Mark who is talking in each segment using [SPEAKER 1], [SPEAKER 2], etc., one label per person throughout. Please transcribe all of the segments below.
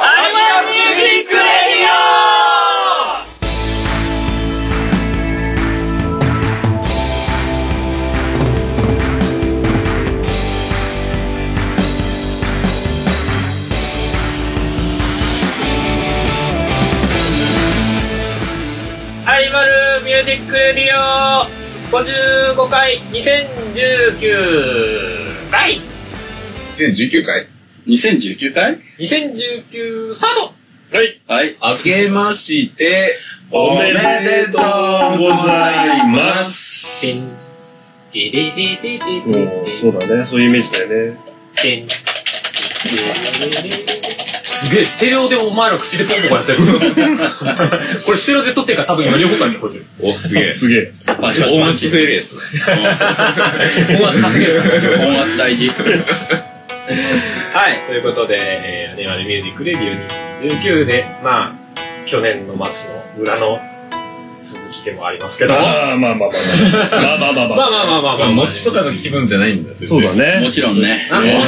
[SPEAKER 1] アニマルミュージックレディオアニマルミュージックレディオ55回2019回
[SPEAKER 2] 2019回
[SPEAKER 3] 2019回
[SPEAKER 1] 2019スタート
[SPEAKER 4] はい。
[SPEAKER 3] はい。
[SPEAKER 4] あけまして、
[SPEAKER 3] おめでとうございま
[SPEAKER 4] ます。
[SPEAKER 1] でれれれれ
[SPEAKER 4] もう、そうだね。そういうイメージだよね。
[SPEAKER 1] でん
[SPEAKER 5] すげえ、ステレオでお前ら口でポンポコやってる。これステレオで撮ってるから多分今両方から聞こえ
[SPEAKER 2] お、すげえ。
[SPEAKER 4] すげえ。
[SPEAKER 3] パチパチ
[SPEAKER 2] 音
[SPEAKER 3] パ
[SPEAKER 2] 圧増えるやつ。
[SPEAKER 5] てる。思わず稼げるから。
[SPEAKER 3] チ。音圧大事。
[SPEAKER 1] はい、ということで、えー、アニマルミュージックレディオ2019で、まあ、去年の末の裏の続きでもありますけど、まあ
[SPEAKER 4] ああ、まあまあまあまあ。まあまあま
[SPEAKER 1] ま
[SPEAKER 4] あまあ。
[SPEAKER 1] あまあまあまあ、
[SPEAKER 2] 餅とかの気分じゃないんだ、絶対
[SPEAKER 4] そうだね
[SPEAKER 3] も。ちろんね。
[SPEAKER 1] なんか
[SPEAKER 3] 今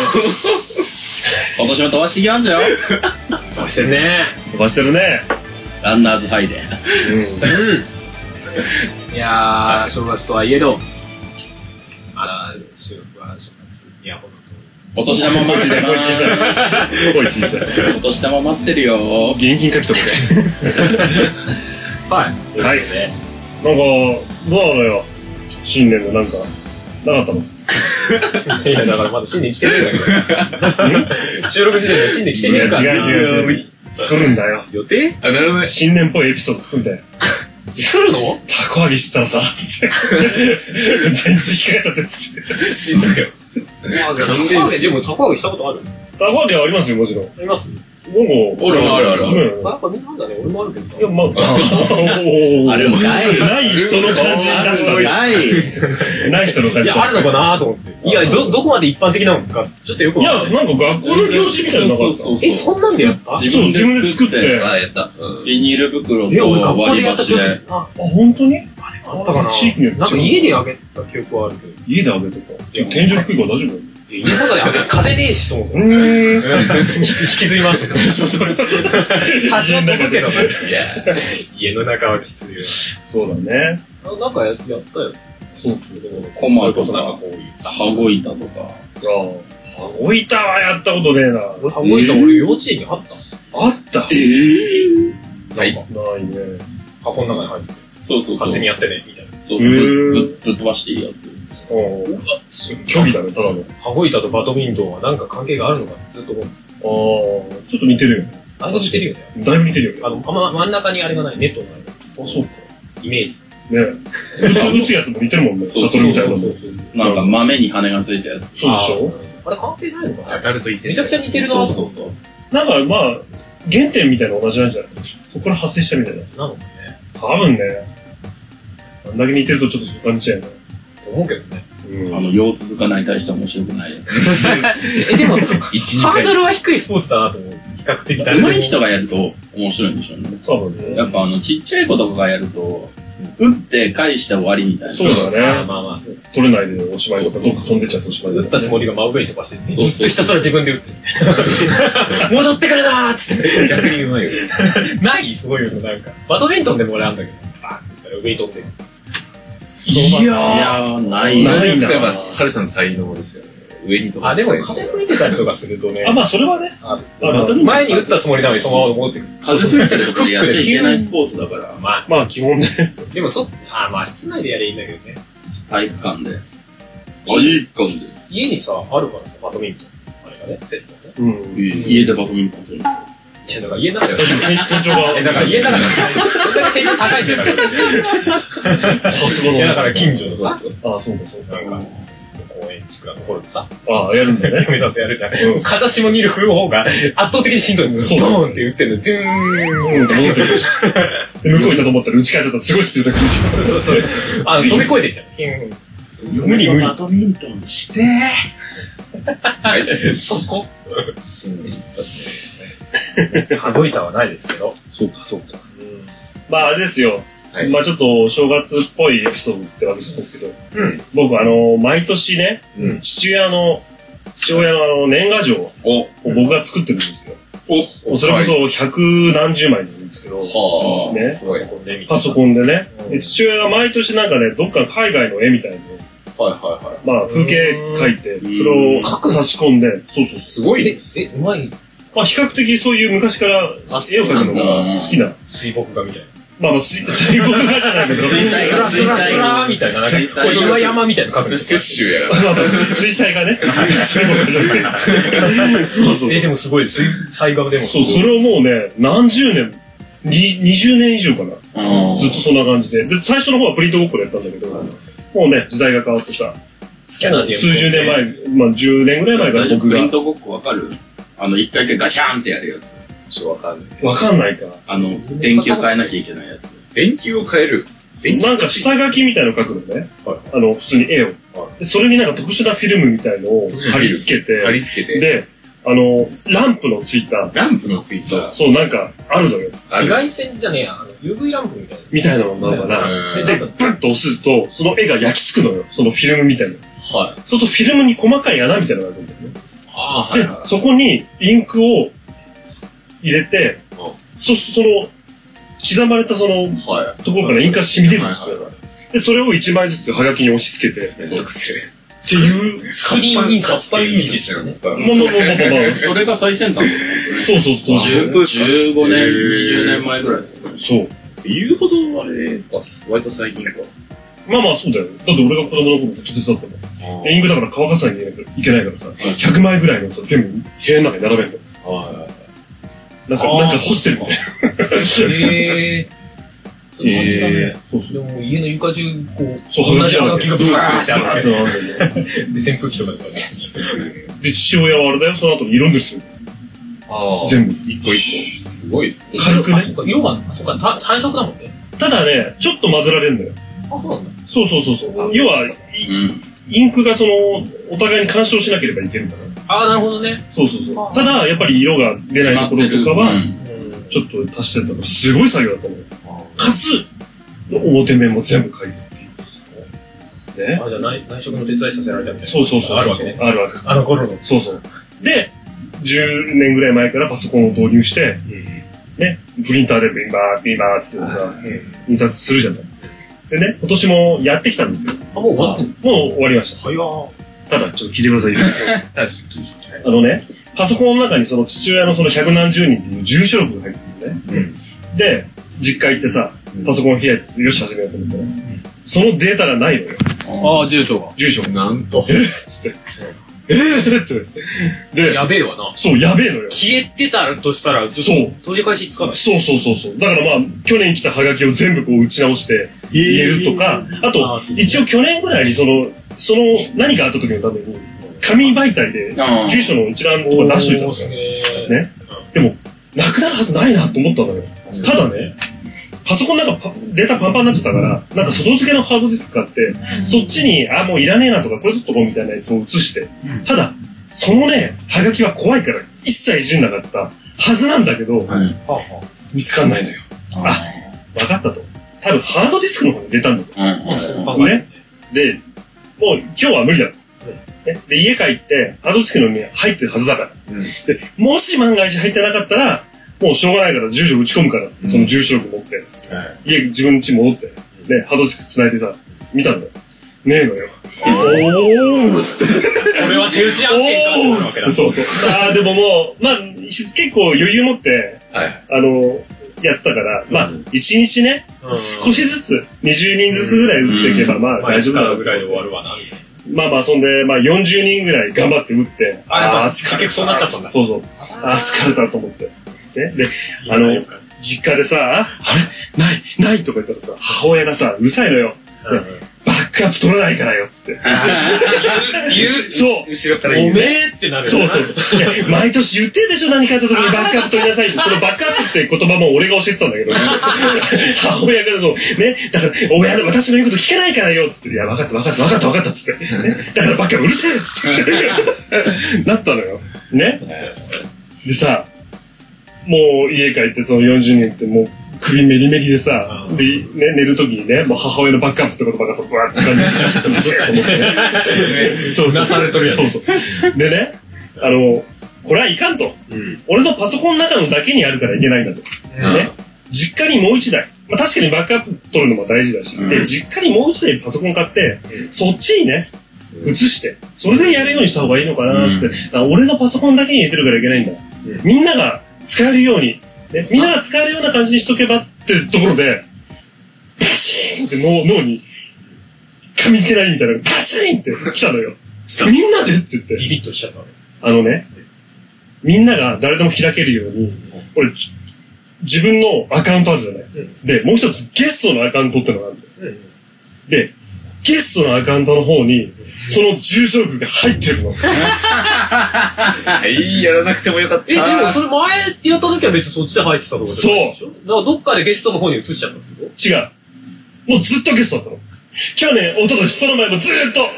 [SPEAKER 3] 年も飛ばしていきますよ。
[SPEAKER 1] 飛ばしてるね。
[SPEAKER 4] 飛ばしてるね。
[SPEAKER 3] ランナーズハイで。
[SPEAKER 1] うん。いやー、正月とはいえど、あら、収録は正月にはほど
[SPEAKER 3] お年玉
[SPEAKER 4] うん。
[SPEAKER 3] 待ち
[SPEAKER 4] 小
[SPEAKER 3] で
[SPEAKER 4] さい、
[SPEAKER 3] ま
[SPEAKER 4] 声小
[SPEAKER 3] す。
[SPEAKER 4] さい。声小さい。
[SPEAKER 3] お年玉待ってるよ。
[SPEAKER 4] 現金書きとく
[SPEAKER 1] 遠いはい。
[SPEAKER 4] で。はい。
[SPEAKER 1] ね、
[SPEAKER 4] なんか、どうなのよ。新年のなんか、なかったの
[SPEAKER 1] いや、だからまだ新年来てねえんだけ ど。収録時点で新年来てねえか
[SPEAKER 4] いや
[SPEAKER 1] ら。
[SPEAKER 4] 違う違う違う。作るんだよ。
[SPEAKER 1] 予定
[SPEAKER 2] あ、なるほどね。
[SPEAKER 4] 新年っぽいエピソード作るんだよ。
[SPEAKER 1] 作るの
[SPEAKER 4] たこ揚げしたらさ、つ って。電池引っかかっちゃって、つって。
[SPEAKER 2] 死んだよ。
[SPEAKER 1] 高揚げ、でも高揚げしたことある
[SPEAKER 4] たこ揚げはありますよ、もちろん。
[SPEAKER 1] あります
[SPEAKER 4] 午後。
[SPEAKER 2] 俺もあるあるあ
[SPEAKER 4] うん。
[SPEAKER 1] なんかみんなあんだね、俺もあるけどさ
[SPEAKER 4] い や、まあ、おー
[SPEAKER 3] あれもない
[SPEAKER 4] ない人の感じ出したね。
[SPEAKER 3] ない。
[SPEAKER 4] ない人の感
[SPEAKER 1] い
[SPEAKER 4] じ出
[SPEAKER 1] や、
[SPEAKER 4] し
[SPEAKER 1] あるのかなと思って。いや、ど、どこまで一般的なのか、ちょっとよく
[SPEAKER 4] た。い
[SPEAKER 1] わ
[SPEAKER 4] や、
[SPEAKER 1] かんない。
[SPEAKER 4] なんか学校の行事みたいなのなか
[SPEAKER 3] そう
[SPEAKER 4] った。
[SPEAKER 3] そうそう。
[SPEAKER 1] え、そんなんでやった
[SPEAKER 4] 自分で作って
[SPEAKER 3] あ、やった。ビニール袋
[SPEAKER 1] え、俺
[SPEAKER 3] と
[SPEAKER 1] 学校
[SPEAKER 3] 割
[SPEAKER 1] で
[SPEAKER 3] り
[SPEAKER 1] やった
[SPEAKER 3] 箸
[SPEAKER 1] 記憶
[SPEAKER 3] で。
[SPEAKER 1] あ
[SPEAKER 4] あ、本当に
[SPEAKER 1] あったかな
[SPEAKER 4] 地域によって違う
[SPEAKER 1] なんか家であげた記憶はあるけど。
[SPEAKER 4] 家であげてた。天井低いから大丈夫う
[SPEAKER 1] いや、家の中であげる風ねえし、そ もそも。
[SPEAKER 4] ーん。
[SPEAKER 1] 引きずります。
[SPEAKER 4] そうそうそう。
[SPEAKER 1] 多少飛ぶけど。
[SPEAKER 4] い
[SPEAKER 1] 家の中はきついよ。
[SPEAKER 4] そうだね。
[SPEAKER 1] あなんかやったよ。
[SPEAKER 4] そうそうそう。
[SPEAKER 3] コマと
[SPEAKER 1] それこそなん
[SPEAKER 3] か
[SPEAKER 1] か、こういうさ。
[SPEAKER 3] 羽子板とか。
[SPEAKER 4] ああ。置いたはやったことねえな。
[SPEAKER 1] 俺、羽子板俺幼稚園にあった
[SPEAKER 4] あった
[SPEAKER 1] なんか、
[SPEAKER 4] ないね。
[SPEAKER 1] 箱の中に入ってた
[SPEAKER 3] そうそうそう。
[SPEAKER 1] 勝手に
[SPEAKER 3] そ
[SPEAKER 1] や
[SPEAKER 3] う
[SPEAKER 1] ってね、みたいな。
[SPEAKER 3] そう。
[SPEAKER 4] へ
[SPEAKER 3] ぶ
[SPEAKER 4] ー
[SPEAKER 3] ぶぶっ飛ばしていいよって。
[SPEAKER 4] うん。虚偽だね、ただの。
[SPEAKER 1] 羽子板とバドミントンはなんか関係があるのかってずっと思って
[SPEAKER 4] ああ。ちょっと似てるよね。
[SPEAKER 1] た。だいぶ似てるよね。
[SPEAKER 4] だいぶ似てるよ
[SPEAKER 1] あ
[SPEAKER 4] ね。
[SPEAKER 1] の、あんま真ん中にあれがない、ネットがない。
[SPEAKER 4] あ、そうか。
[SPEAKER 1] イメージ。
[SPEAKER 4] ねえ。打つ、打つやつも似てるもんね。シ
[SPEAKER 3] そう
[SPEAKER 4] ャト
[SPEAKER 3] そう
[SPEAKER 4] ル
[SPEAKER 3] そ
[SPEAKER 4] みた
[SPEAKER 3] う
[SPEAKER 4] いなのも。
[SPEAKER 1] そうそう
[SPEAKER 3] なんか豆に羽がついたやつ。
[SPEAKER 4] そうでしょ
[SPEAKER 1] あれ関係ないのかな
[SPEAKER 2] 当たるといい
[SPEAKER 1] めちゃくちゃ似てるな
[SPEAKER 3] そうそうそう。
[SPEAKER 4] なんかまあ、原点みたいなの同じなんじゃないそこから発生したみたいなやつ。
[SPEAKER 1] なのかね。
[SPEAKER 4] 多分ね。あんだけ似てるとちょっとそう感じちゃうよね。
[SPEAKER 1] と思うけどね。
[SPEAKER 3] あの、腰つづかないに対して面白くないや つ。
[SPEAKER 1] え、でも、ハ
[SPEAKER 2] 一、二回。
[SPEAKER 1] ルは低いスポーツだなと思う。比較的誰でも
[SPEAKER 3] 上手い人がやると面白いんでしょうね。
[SPEAKER 4] 多分
[SPEAKER 3] や
[SPEAKER 4] ね。
[SPEAKER 3] っぱあの、ちっちゃい子とかがやると、打って返して終わりみたいな。
[SPEAKER 4] そう
[SPEAKER 2] そう
[SPEAKER 4] だ
[SPEAKER 1] まあ
[SPEAKER 4] ね。
[SPEAKER 1] まあまあ。
[SPEAKER 4] 取れないでおしまいとか、
[SPEAKER 3] そ
[SPEAKER 4] ど
[SPEAKER 3] う
[SPEAKER 4] っ
[SPEAKER 3] そ
[SPEAKER 4] か
[SPEAKER 3] う
[SPEAKER 4] 飛んでっちゃっておしまい
[SPEAKER 1] 打ったつもりが真上に飛ばして、ずっとひたすら自分で打ってる。戻ってくるなーっつって。
[SPEAKER 2] 逆にうまいよ。
[SPEAKER 1] ないすごいよね、なんか。バドミントンでも俺あんだけど。バーンって言ったら上に飛んでる。
[SPEAKER 4] いや
[SPEAKER 3] いやー、ないな。
[SPEAKER 4] ないな
[SPEAKER 2] やっぱ、ハルさんの才能ですよね。上に飛ば
[SPEAKER 1] あ、
[SPEAKER 2] す。
[SPEAKER 1] でも風吹いてたりとかするとね
[SPEAKER 4] ー。あ、。まあそれはね。
[SPEAKER 1] あ
[SPEAKER 4] まあまあ
[SPEAKER 1] 前に打ったつもりなのにそのまま戻ってくる。
[SPEAKER 3] 風吹いてるとこでやっちゃいけないスポーツだから、
[SPEAKER 1] まあ、
[SPEAKER 4] まあ基本ね。
[SPEAKER 1] でもそ、あまあ室内でやればいいんだけどね。
[SPEAKER 3] 体育館で。体育館
[SPEAKER 1] 家にさ、あるからさ、バドミントン。あれがね、セットがね。
[SPEAKER 4] うん。
[SPEAKER 3] で。家でバドミントンするんですよ。
[SPEAKER 1] いや、だから家の中 で
[SPEAKER 4] 大丈夫。天天井が。
[SPEAKER 1] え、だから家の中でさ、こんだけ天井高いんだから。
[SPEAKER 4] さすが
[SPEAKER 1] い
[SPEAKER 4] の。
[SPEAKER 1] や、だから近所のさ、
[SPEAKER 4] あ、そうかそうか。
[SPEAKER 1] なんか、公園地区が残るとさ、
[SPEAKER 4] ああ、やるんだね。
[SPEAKER 1] 嫁さんとやるじゃん。
[SPEAKER 4] うん。
[SPEAKER 1] 風下にいる風の方が圧倒的にしんどいの。
[SPEAKER 4] そう
[SPEAKER 1] ボーンって言ってんの。ドゥーン。
[SPEAKER 4] うん、戻ってくるし。で向こう行ったと思ったら打ち返されたらすごいスピードで来るし。
[SPEAKER 1] そうそう。あの、飛び越えてっちゃう。ヒューン
[SPEAKER 4] 無理無理
[SPEAKER 3] バドミントンして
[SPEAKER 2] はい。
[SPEAKER 1] そこ。
[SPEAKER 2] 新年一発
[SPEAKER 1] 羽いたはないですけど。
[SPEAKER 4] そうか、そうか。まあ、あれですよ。
[SPEAKER 2] はい
[SPEAKER 4] まあ、ちょっと、正月っぽいエピソードってわけじゃないですけど。
[SPEAKER 1] うん
[SPEAKER 4] 僕、あの、毎年ね、
[SPEAKER 2] うん
[SPEAKER 4] 父親の父親のあの、年賀状を
[SPEAKER 2] お、
[SPEAKER 4] 僕が作ってるんですよ。
[SPEAKER 2] お、
[SPEAKER 4] それこそ百何十枚なんですけど、
[SPEAKER 2] はあ、
[SPEAKER 4] ね
[SPEAKER 2] すごい。
[SPEAKER 1] パ
[SPEAKER 2] はい
[SPEAKER 1] ソコンで見て
[SPEAKER 4] パソコンでね
[SPEAKER 1] う。ん
[SPEAKER 4] で父親が毎年なんかね、どっか海外の絵みたいなのを
[SPEAKER 2] はいは
[SPEAKER 4] まあ、風景描いて、それを差し込んで、そうそう
[SPEAKER 2] い。。すごい
[SPEAKER 1] え、
[SPEAKER 2] です。
[SPEAKER 1] え、うまい
[SPEAKER 4] まあ、比較的そういう昔から絵を描くのが好きな。
[SPEAKER 1] 水墨画みたいな。
[SPEAKER 4] まあまあ、水 水墨画じゃないけど、
[SPEAKER 2] 水彩
[SPEAKER 1] ス
[SPEAKER 2] 画
[SPEAKER 1] ラスラスラーみたいな。なんか、
[SPEAKER 2] 水彩画
[SPEAKER 1] 岩山みたいな感じ。
[SPEAKER 2] 摂取やが。
[SPEAKER 4] まあまあ、水水彩画ね。水墨画じゃなくて。そうそう
[SPEAKER 1] え、でもすごいです。水彩画でもす
[SPEAKER 4] そ
[SPEAKER 1] ご
[SPEAKER 4] う。
[SPEAKER 1] い。
[SPEAKER 4] それをもうね、何十年、に20年以上かな。
[SPEAKER 3] うん
[SPEAKER 4] ずっとそんな感じで。で、最初の方はプリントごっこでやったんだけど、もうね、時代が変わってさ、
[SPEAKER 1] スキャナーでやる
[SPEAKER 4] 数十年前、まあ10年ぐらい前から僕
[SPEAKER 3] プ
[SPEAKER 4] が
[SPEAKER 3] リン、トごっこわかるあの、一回一回ガシャーンってやるやつ。
[SPEAKER 2] ちょっとわかんない。
[SPEAKER 4] わかんないか。
[SPEAKER 3] あの、電球変えなきゃいけないやつ。
[SPEAKER 2] 電球を変える。電球
[SPEAKER 4] なんか下書きみたいの書くのね。
[SPEAKER 2] はい
[SPEAKER 4] あの、普通に絵を、
[SPEAKER 2] は
[SPEAKER 4] でそれになんか特殊なフィルムみたいのを
[SPEAKER 2] 特殊な
[SPEAKER 4] 貼り付け
[SPEAKER 2] 貼
[SPEAKER 4] て、
[SPEAKER 2] り付けて。
[SPEAKER 4] で、あの、ランプのついた、
[SPEAKER 2] ランプのつい
[SPEAKER 4] そう、
[SPEAKER 2] た。
[SPEAKER 4] そうなんかあるのよ。
[SPEAKER 2] あ
[SPEAKER 1] 紫
[SPEAKER 2] る。
[SPEAKER 1] 外線じゃねえや、あの UV ランプみたいなやつ。
[SPEAKER 4] みたいなものなのかな。
[SPEAKER 2] うん
[SPEAKER 4] で、ブッと押すと、その絵が焼き付くのよ。そのフィルムみたいな。
[SPEAKER 2] はい。
[SPEAKER 4] そうするとフィルムに細かい穴みたいなのがあるんだよね。
[SPEAKER 2] ああ、はい
[SPEAKER 4] で
[SPEAKER 2] は、い。
[SPEAKER 4] そこにインクを入れて
[SPEAKER 2] う、
[SPEAKER 4] そ、その、刻まれたその
[SPEAKER 2] は
[SPEAKER 4] ところからインクが染み出るん
[SPEAKER 2] は
[SPEAKER 4] で
[SPEAKER 2] い
[SPEAKER 4] す
[SPEAKER 2] はい
[SPEAKER 4] よ。で、それを一枚ずつハガキに押し付けて、っ
[SPEAKER 2] い。めんどくせえ。
[SPEAKER 4] ていう、
[SPEAKER 1] スクリーン印刷っていう意味でし
[SPEAKER 2] なの
[SPEAKER 4] ものものもの
[SPEAKER 3] それが最先端だったんですよね。
[SPEAKER 4] そうそうそう。
[SPEAKER 3] 10 15年、20年前ぐらいですよね。
[SPEAKER 4] そう。
[SPEAKER 2] 言うほどあれか、割と最近か。
[SPEAKER 4] まあまあそうだよ。だって俺が子供の頃ずっと手伝ってたもん。インクだから乾かさなきゃいけないからさ、100枚ぐらいのさ、全部部屋の中に並べる
[SPEAKER 2] は
[SPEAKER 4] の。なんか、
[SPEAKER 1] あー
[SPEAKER 4] なんか干してるみたいな。
[SPEAKER 1] ょ。へえ。
[SPEAKER 2] い。え
[SPEAKER 4] そうそう。
[SPEAKER 1] でも家の床中、こう、
[SPEAKER 4] そう
[SPEAKER 1] 同じハガキがブワーってあるわけで、
[SPEAKER 4] あとなんだよね
[SPEAKER 1] 扇風機とかです
[SPEAKER 4] で、父親はあれだよ、その後に色んですよ。
[SPEAKER 2] ああ。
[SPEAKER 4] 全部。
[SPEAKER 2] 一個一個。すごいっすね。
[SPEAKER 4] 軽く
[SPEAKER 1] からね。あ、
[SPEAKER 4] ね
[SPEAKER 1] そ。っか、色が、あそっか、単単色だもんね。
[SPEAKER 4] ただね、ちょっと混ぜられるんだよ。
[SPEAKER 1] あ、そうなんだ。
[SPEAKER 4] そうそうそうそう。要は、
[SPEAKER 3] う
[SPEAKER 4] い
[SPEAKER 3] ん。
[SPEAKER 4] インクがその、お互いに干渉しなければいけるから。
[SPEAKER 1] あ、なるほどね。
[SPEAKER 4] そうそうそ
[SPEAKER 1] あ
[SPEAKER 4] う。ただ、やっぱり色が出ないところとか
[SPEAKER 3] う
[SPEAKER 4] は、
[SPEAKER 3] ん
[SPEAKER 4] ちょっと足してったから、すごい作業だったのよ。かつ、表面も全部描いてるっていう。ね。
[SPEAKER 1] あ、じゃあ内内職の手伝いさせられたみたいな。
[SPEAKER 4] そうそうそう。
[SPEAKER 1] あるわけね。
[SPEAKER 4] あるわけ。
[SPEAKER 1] あの頃の。
[SPEAKER 4] そうそう。で、10年ぐらい前からパソコンを導入して、ね、プリンターでビンバー、ビンバーっつってさ、印刷するじゃない。でね、今年もやってきたんですよ。
[SPEAKER 1] あ、もう終わってんの
[SPEAKER 4] もう終わりました。
[SPEAKER 1] 早ー
[SPEAKER 4] ただ、ちょっと聞いてくださいよ。
[SPEAKER 2] 確かに。
[SPEAKER 4] あのね、パソコンの中にその父親のその百何十人っていう住所録が入ってるのね。で、実家行ってさ、パソコン開いて、よし、始めようと思ったら、そのデータがないのよ。
[SPEAKER 5] あ
[SPEAKER 3] あ、住所が。
[SPEAKER 4] 住所が。
[SPEAKER 2] なんと。
[SPEAKER 4] つって。えーって。で、
[SPEAKER 1] やべえわな。
[SPEAKER 4] そう、やべえのよ。
[SPEAKER 1] 消えてたとしたら、ち
[SPEAKER 4] そ
[SPEAKER 1] ょっと
[SPEAKER 4] う。
[SPEAKER 1] 閉じ返しつかない。
[SPEAKER 4] そうそうそうそう。だからまあ、去年来たハガキを全部こう打ち直して入れるとか、あ
[SPEAKER 1] あ
[SPEAKER 4] と
[SPEAKER 1] ーそう、ね
[SPEAKER 4] 一応去年ぐらいにその、その何かあった時のために、紙媒体で
[SPEAKER 3] あー
[SPEAKER 4] 住所の一覧とか出しといた
[SPEAKER 1] お
[SPEAKER 4] ん
[SPEAKER 1] ー
[SPEAKER 4] です
[SPEAKER 1] す
[SPEAKER 4] よ。
[SPEAKER 1] げー
[SPEAKER 4] ねでも、なくなるはずないなと思ったのよ。ただね、パソコンなんかパデータパンパンになっちゃったから、なんか外付けのハードディスク買って、そっちに、あ、もういらねえなとか、これ取っとこうみたいなやつを移して、ただ、そのね、ハガキは怖いから一切いじんなかったはずなんだけど、
[SPEAKER 3] うん。
[SPEAKER 1] はあは
[SPEAKER 4] 見つかんないのよ。
[SPEAKER 3] あ、
[SPEAKER 4] 分かったと。多分ハードディスクの方に出たんだ
[SPEAKER 3] うん。
[SPEAKER 1] あまあそう
[SPEAKER 4] と。
[SPEAKER 1] 考える
[SPEAKER 4] ね。で、もう今日は無理だと。ね、で、家帰って、ハードディスクのに入ってるはずだから。
[SPEAKER 2] うん
[SPEAKER 4] で、もし万が一入ってなかったら、もうしょうがないから住所打ち込むからっつって、その住所録持って、
[SPEAKER 2] はい。
[SPEAKER 4] 家自分の家戻って、で、ハードディスク繋いでさ、見たんだよ。ねえ のよ。おーっつって、
[SPEAKER 1] これは手打ち案件かって
[SPEAKER 4] お
[SPEAKER 1] な
[SPEAKER 4] ー
[SPEAKER 1] る
[SPEAKER 4] っ
[SPEAKER 1] わ
[SPEAKER 4] つ
[SPEAKER 1] け
[SPEAKER 4] っ
[SPEAKER 1] だ
[SPEAKER 4] て、。そうそう。ああ、でももう、まあ、結構余裕持って、
[SPEAKER 2] はい。
[SPEAKER 4] あの、やったから、まあ
[SPEAKER 2] うん、
[SPEAKER 4] 一日ね、
[SPEAKER 1] うん
[SPEAKER 4] 少しずつ、20人ずつぐらい打っていけば、まあ
[SPEAKER 1] まあ、
[SPEAKER 4] 大丈夫だ
[SPEAKER 1] ぐらいで終わるわな。
[SPEAKER 4] まあまあ、そんで、まあ40人ぐらい頑張って打って、
[SPEAKER 1] あやっぱ
[SPEAKER 4] ー疲れた
[SPEAKER 1] 結局そうなっちゃったんだ
[SPEAKER 4] そうそう。ああ、疲れたと思って。ね、で、あ
[SPEAKER 1] いい
[SPEAKER 4] の
[SPEAKER 1] よかっ、
[SPEAKER 4] 実家でさ、あれない、ないとか言ったらさ、母親がさ、うるさいのよ。
[SPEAKER 1] たうん
[SPEAKER 4] バックアップ取らないからよ、つって。
[SPEAKER 1] 言う、
[SPEAKER 4] そう
[SPEAKER 2] 後ろか
[SPEAKER 1] お
[SPEAKER 2] ら言う
[SPEAKER 1] めえってなるよ
[SPEAKER 4] そう
[SPEAKER 1] な
[SPEAKER 4] そうそう。いや毎年言ってるでしょ、何かあった時にバックアップ取りなさいって。そのバックアップって言葉も俺が教えてたんだけど、母親がそう、ね、だから、お前、私の言うこと聞かないからよ、つって、いや、分かった分かった分かった分かった、つって。ね、だからバックアップうるせえ、つって。な ったのよ。ね。でさ、もう家帰ってその40人ってもう首メリメリでさ、で、ね、寝るときにね、もう母親のバックアップって言葉がさ、ブワーって感じで さ、ちょっと見せようと思ってね。そうそう。されとるやん。そうそう。でね、あの、これはいかんと。
[SPEAKER 6] うん。
[SPEAKER 4] 俺のパソコンの中のだけにあるからいけないんだと。ね。実家にもう一台。まあ、確かにバックアップ取るのも大事だし、
[SPEAKER 2] うん
[SPEAKER 4] で、実家にもう一台パソコン買って、そっちにね、移して、それでやるようにした方がいいのかなーつって、だから俺のパソコンだけに入れてるからいけないんだ。
[SPEAKER 6] う
[SPEAKER 4] みんなが使えるように、ね、みんなが使えるような感じにしとけばってところで、パシーンって脳脳に噛みつけられるみたいなのがパシーンって来たのよ。みんなでって言って。
[SPEAKER 6] ビビッとしちゃったわけ。
[SPEAKER 4] あのね、みんなが誰でも開けるように、俺、じ自分のアカウントあるじゃない。で、もう一つゲストのアカウントってのがあるんだよ。
[SPEAKER 6] うん。
[SPEAKER 4] で、ゲストのアカウントの方に、その住所区が入って るの。
[SPEAKER 2] はい、やらなくてもよかった。
[SPEAKER 1] え、でもそれ前やった時は別にそっちで入ってたとこ
[SPEAKER 4] そ
[SPEAKER 1] う。
[SPEAKER 4] う
[SPEAKER 1] だからどっかでゲストの方に移しちゃったってこ
[SPEAKER 4] 違う。もうずっとゲストだったの。去年、おととし、その前もずー っと、は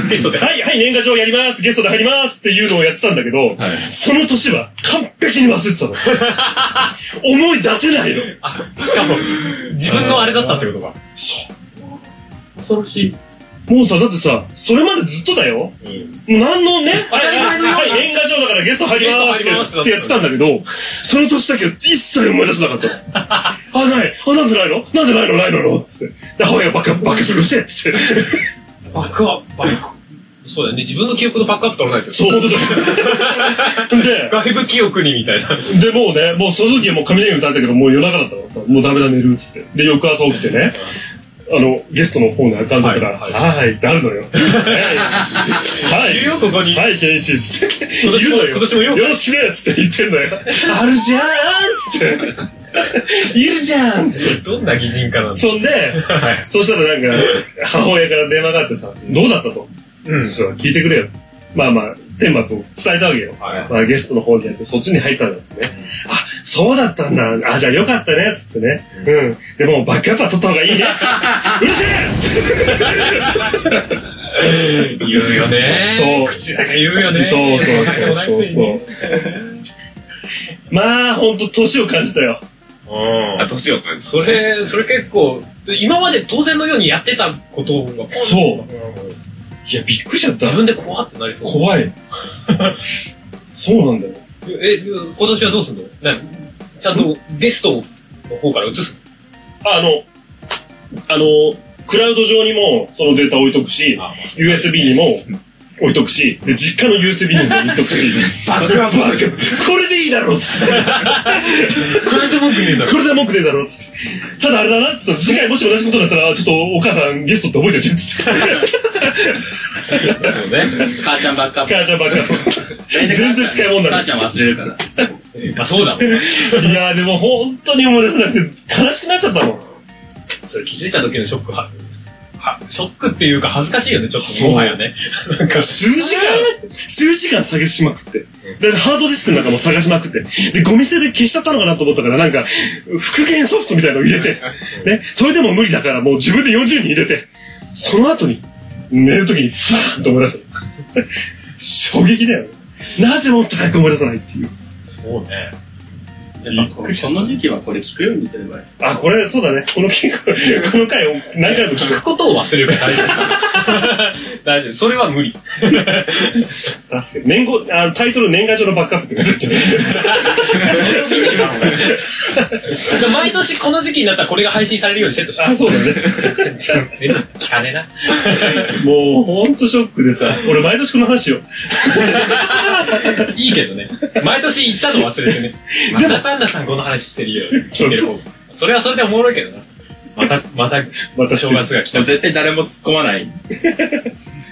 [SPEAKER 1] とゲストで。
[SPEAKER 4] い、はい、年賀状やります、ゲストで入りますっていうのをやってたんだけど、
[SPEAKER 2] はい
[SPEAKER 4] その年は完璧に忘れてたの。 思い出せないの。
[SPEAKER 1] しかも、自分のあれだったってことか。
[SPEAKER 6] 恐ろしい。
[SPEAKER 4] もうさ、だってさ、それまでずっとだよ。もう何のね、
[SPEAKER 1] 当たり前のような
[SPEAKER 4] はい、年賀状だからゲスト入ります
[SPEAKER 1] ゲスト入ります
[SPEAKER 4] ってってやってたんだけど、その年だけは一切思い出せなかったの。あ、ない。あ、なんでないのなんでないのないののつって。で、母親バカ、バカするせえっつって。
[SPEAKER 1] バックアップ、バック。そうだよね。自分の記憶のバックアップ取らないと。
[SPEAKER 4] そう。で、
[SPEAKER 1] 外部記憶にみたいな。
[SPEAKER 4] で、もうね、もうその時はもう雷歌ったけど、もう夜中だったからさ、もうダメだ寝るっつって。で、翌朝起きてね、あの、ゲストの方のアカウントから、
[SPEAKER 1] は
[SPEAKER 4] はいい、
[SPEAKER 1] は
[SPEAKER 4] はい、ってある のよ。はい。
[SPEAKER 1] いるよ、ここに。
[SPEAKER 4] はい、ケンイチ、つって。
[SPEAKER 1] 今年も
[SPEAKER 4] いるのよ
[SPEAKER 1] 今年もよ
[SPEAKER 4] よろしくねつって言ってん だよ。あるじゃーんつって。いるじゃんつって。
[SPEAKER 1] どんな擬人化なんだ
[SPEAKER 4] そんで、
[SPEAKER 1] はい。
[SPEAKER 4] そしたらなんか、母親から電話があってさ、どうだったと。
[SPEAKER 1] うん
[SPEAKER 4] そしたら聞いてくれよ。まあまあ、天末を伝えたわけよ。
[SPEAKER 1] はい。
[SPEAKER 4] まあゲストの方にやって、そっちに入ったんだってね。あ、そうだったんだ。あ、じゃあよかったね、つってね。うん。でも、バックアップは取った方がい いね。つってうるせえつって。
[SPEAKER 1] 言うよね。
[SPEAKER 4] そう
[SPEAKER 1] 口だけ言うよね。
[SPEAKER 4] そうそうそうそう
[SPEAKER 1] う。
[SPEAKER 4] そう。まあ、ほんと、年を感じたよ。
[SPEAKER 2] あ、年を感じ
[SPEAKER 1] それ、それ結構、今まで当然のようにやってたことが、。
[SPEAKER 4] そうう。いや、びっくりしちゃった
[SPEAKER 1] 自。分で怖ってなりそう。
[SPEAKER 4] 怖 い。そうなんだよ。
[SPEAKER 1] え、今年はどうすんのなちゃんとゲストの方から移す
[SPEAKER 4] あの、あの、クラウド上にもそのデータ置いとくし、USB にも置いとくし、で、実家の USB にも置いとくし、バックアップバックアップこれでいいだろうっつって。
[SPEAKER 1] クラウド文句ねえんだ
[SPEAKER 4] これで文句ねえだろうっつって。ただあれだなっつって、次回もし同じことだったら、ちょっとお母さんゲストって覚えてるっつって。
[SPEAKER 1] そうね。
[SPEAKER 3] 母ちゃんばっか。
[SPEAKER 4] 母ちゃんばっか全然使い物にな
[SPEAKER 3] 母
[SPEAKER 4] る
[SPEAKER 3] ちゃん忘れるから。
[SPEAKER 1] まあそうだもん。
[SPEAKER 4] いやーでも本当に思い出せなくて悲しくなっちゃったもん。
[SPEAKER 1] それ気づいた時のショックは、は、ショックっていうか恥ずかしいよね、ちょっと。
[SPEAKER 4] そう
[SPEAKER 1] もはやね。なんか、
[SPEAKER 4] 数時間、数時間探しまくって。で、ハードディスクの中も探しまくって。で、ゴミ捨てで消しちゃったのかなと思ったから、なんか、復元ソフトみたいのを入れて。ね、それでも無理だから、もう自分で40人入れて。その後に、寝るときに、ふわーっと思い出した。衝撃だよね。なぜもっと早く思い出さないっていう。
[SPEAKER 1] そうね。
[SPEAKER 3] やっぱここの時期はこれ聞くようにすればいい。
[SPEAKER 4] あ、これ、そうだね。この結構、この回を何回も聞
[SPEAKER 1] 聞
[SPEAKER 4] く。
[SPEAKER 1] くことを忘れるから大丈夫。 大丈夫。それは無理。
[SPEAKER 4] 確かに。年号、あタイトル年賀状のバックアップって書いてる。
[SPEAKER 1] 毎年この時期になったらこれが配信されるようにセットした。
[SPEAKER 4] あ、 そうだね。
[SPEAKER 1] え聞かねえな。
[SPEAKER 4] もう、ほんとショックでさ、俺毎年この話よ。
[SPEAKER 1] いいけどね。毎年言ったの忘れて ね。またパンダさんこの話してるよ。聞いてる方
[SPEAKER 4] そ
[SPEAKER 1] それはそれでおもろいけどな。また、また、
[SPEAKER 4] また
[SPEAKER 1] 正月が来た。
[SPEAKER 3] もう絶対誰も突っ込まない。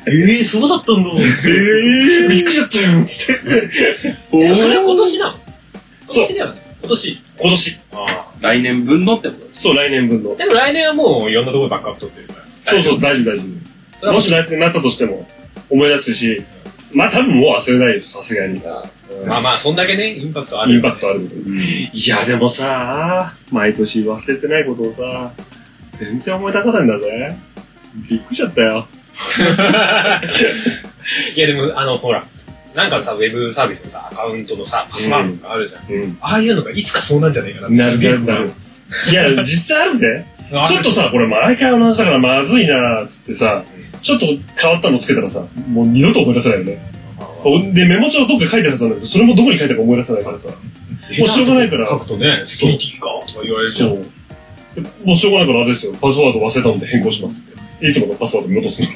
[SPEAKER 1] ええそうだった んだ。
[SPEAKER 4] えー、びっくりしちゃったよつって。
[SPEAKER 3] お
[SPEAKER 1] えそれは今年なの今
[SPEAKER 4] そう
[SPEAKER 1] 年だよね。今年。
[SPEAKER 4] 今年。
[SPEAKER 3] 来年分のってこと
[SPEAKER 4] そう、来年分の。
[SPEAKER 1] でも来年はもういろんなところでバックアップ取ってるから。
[SPEAKER 4] そうそう、大丈夫、大
[SPEAKER 1] そ
[SPEAKER 4] 丈
[SPEAKER 1] れ
[SPEAKER 4] 夫。
[SPEAKER 1] は
[SPEAKER 4] もしなくなったとしても、思い出すし、まあ多分もう忘れないよ、さすがに。
[SPEAKER 1] まあまあ、そんだけね、インパクトある
[SPEAKER 4] イ
[SPEAKER 1] よ
[SPEAKER 4] ン
[SPEAKER 1] ね。
[SPEAKER 4] パクトあること。いや、でもさ、毎年忘れてないことをさ、全然思い出さないんだぜ。びっくりしちゃったよ。
[SPEAKER 1] いやでも、あの、ほら、なんかさ、ウェブサービスのさ、アカウントのさ、パスワードがあるじゃん。
[SPEAKER 4] うん。
[SPEAKER 1] ああいうのがいつかそうなんじゃないかなって
[SPEAKER 4] なる
[SPEAKER 1] すげえ
[SPEAKER 4] なるなる。いや、実際あるぜ。ちょっとさ、これ毎回同じだからまずいなーっつってさ、ちょっと変わったのつけたらさ、もう二度と思い出せないよね。で、メモ帳どっか書いてあるはずなんだけど、それもどこに書いてあるか思い出せないからさ。もうしょうがないから
[SPEAKER 1] 書くとね、セキュリティかとか言われるじゃん。
[SPEAKER 4] う。もうしょうがないからあれですよ、パスワード忘れたので変更しますって。いつものパスワード見落とすの。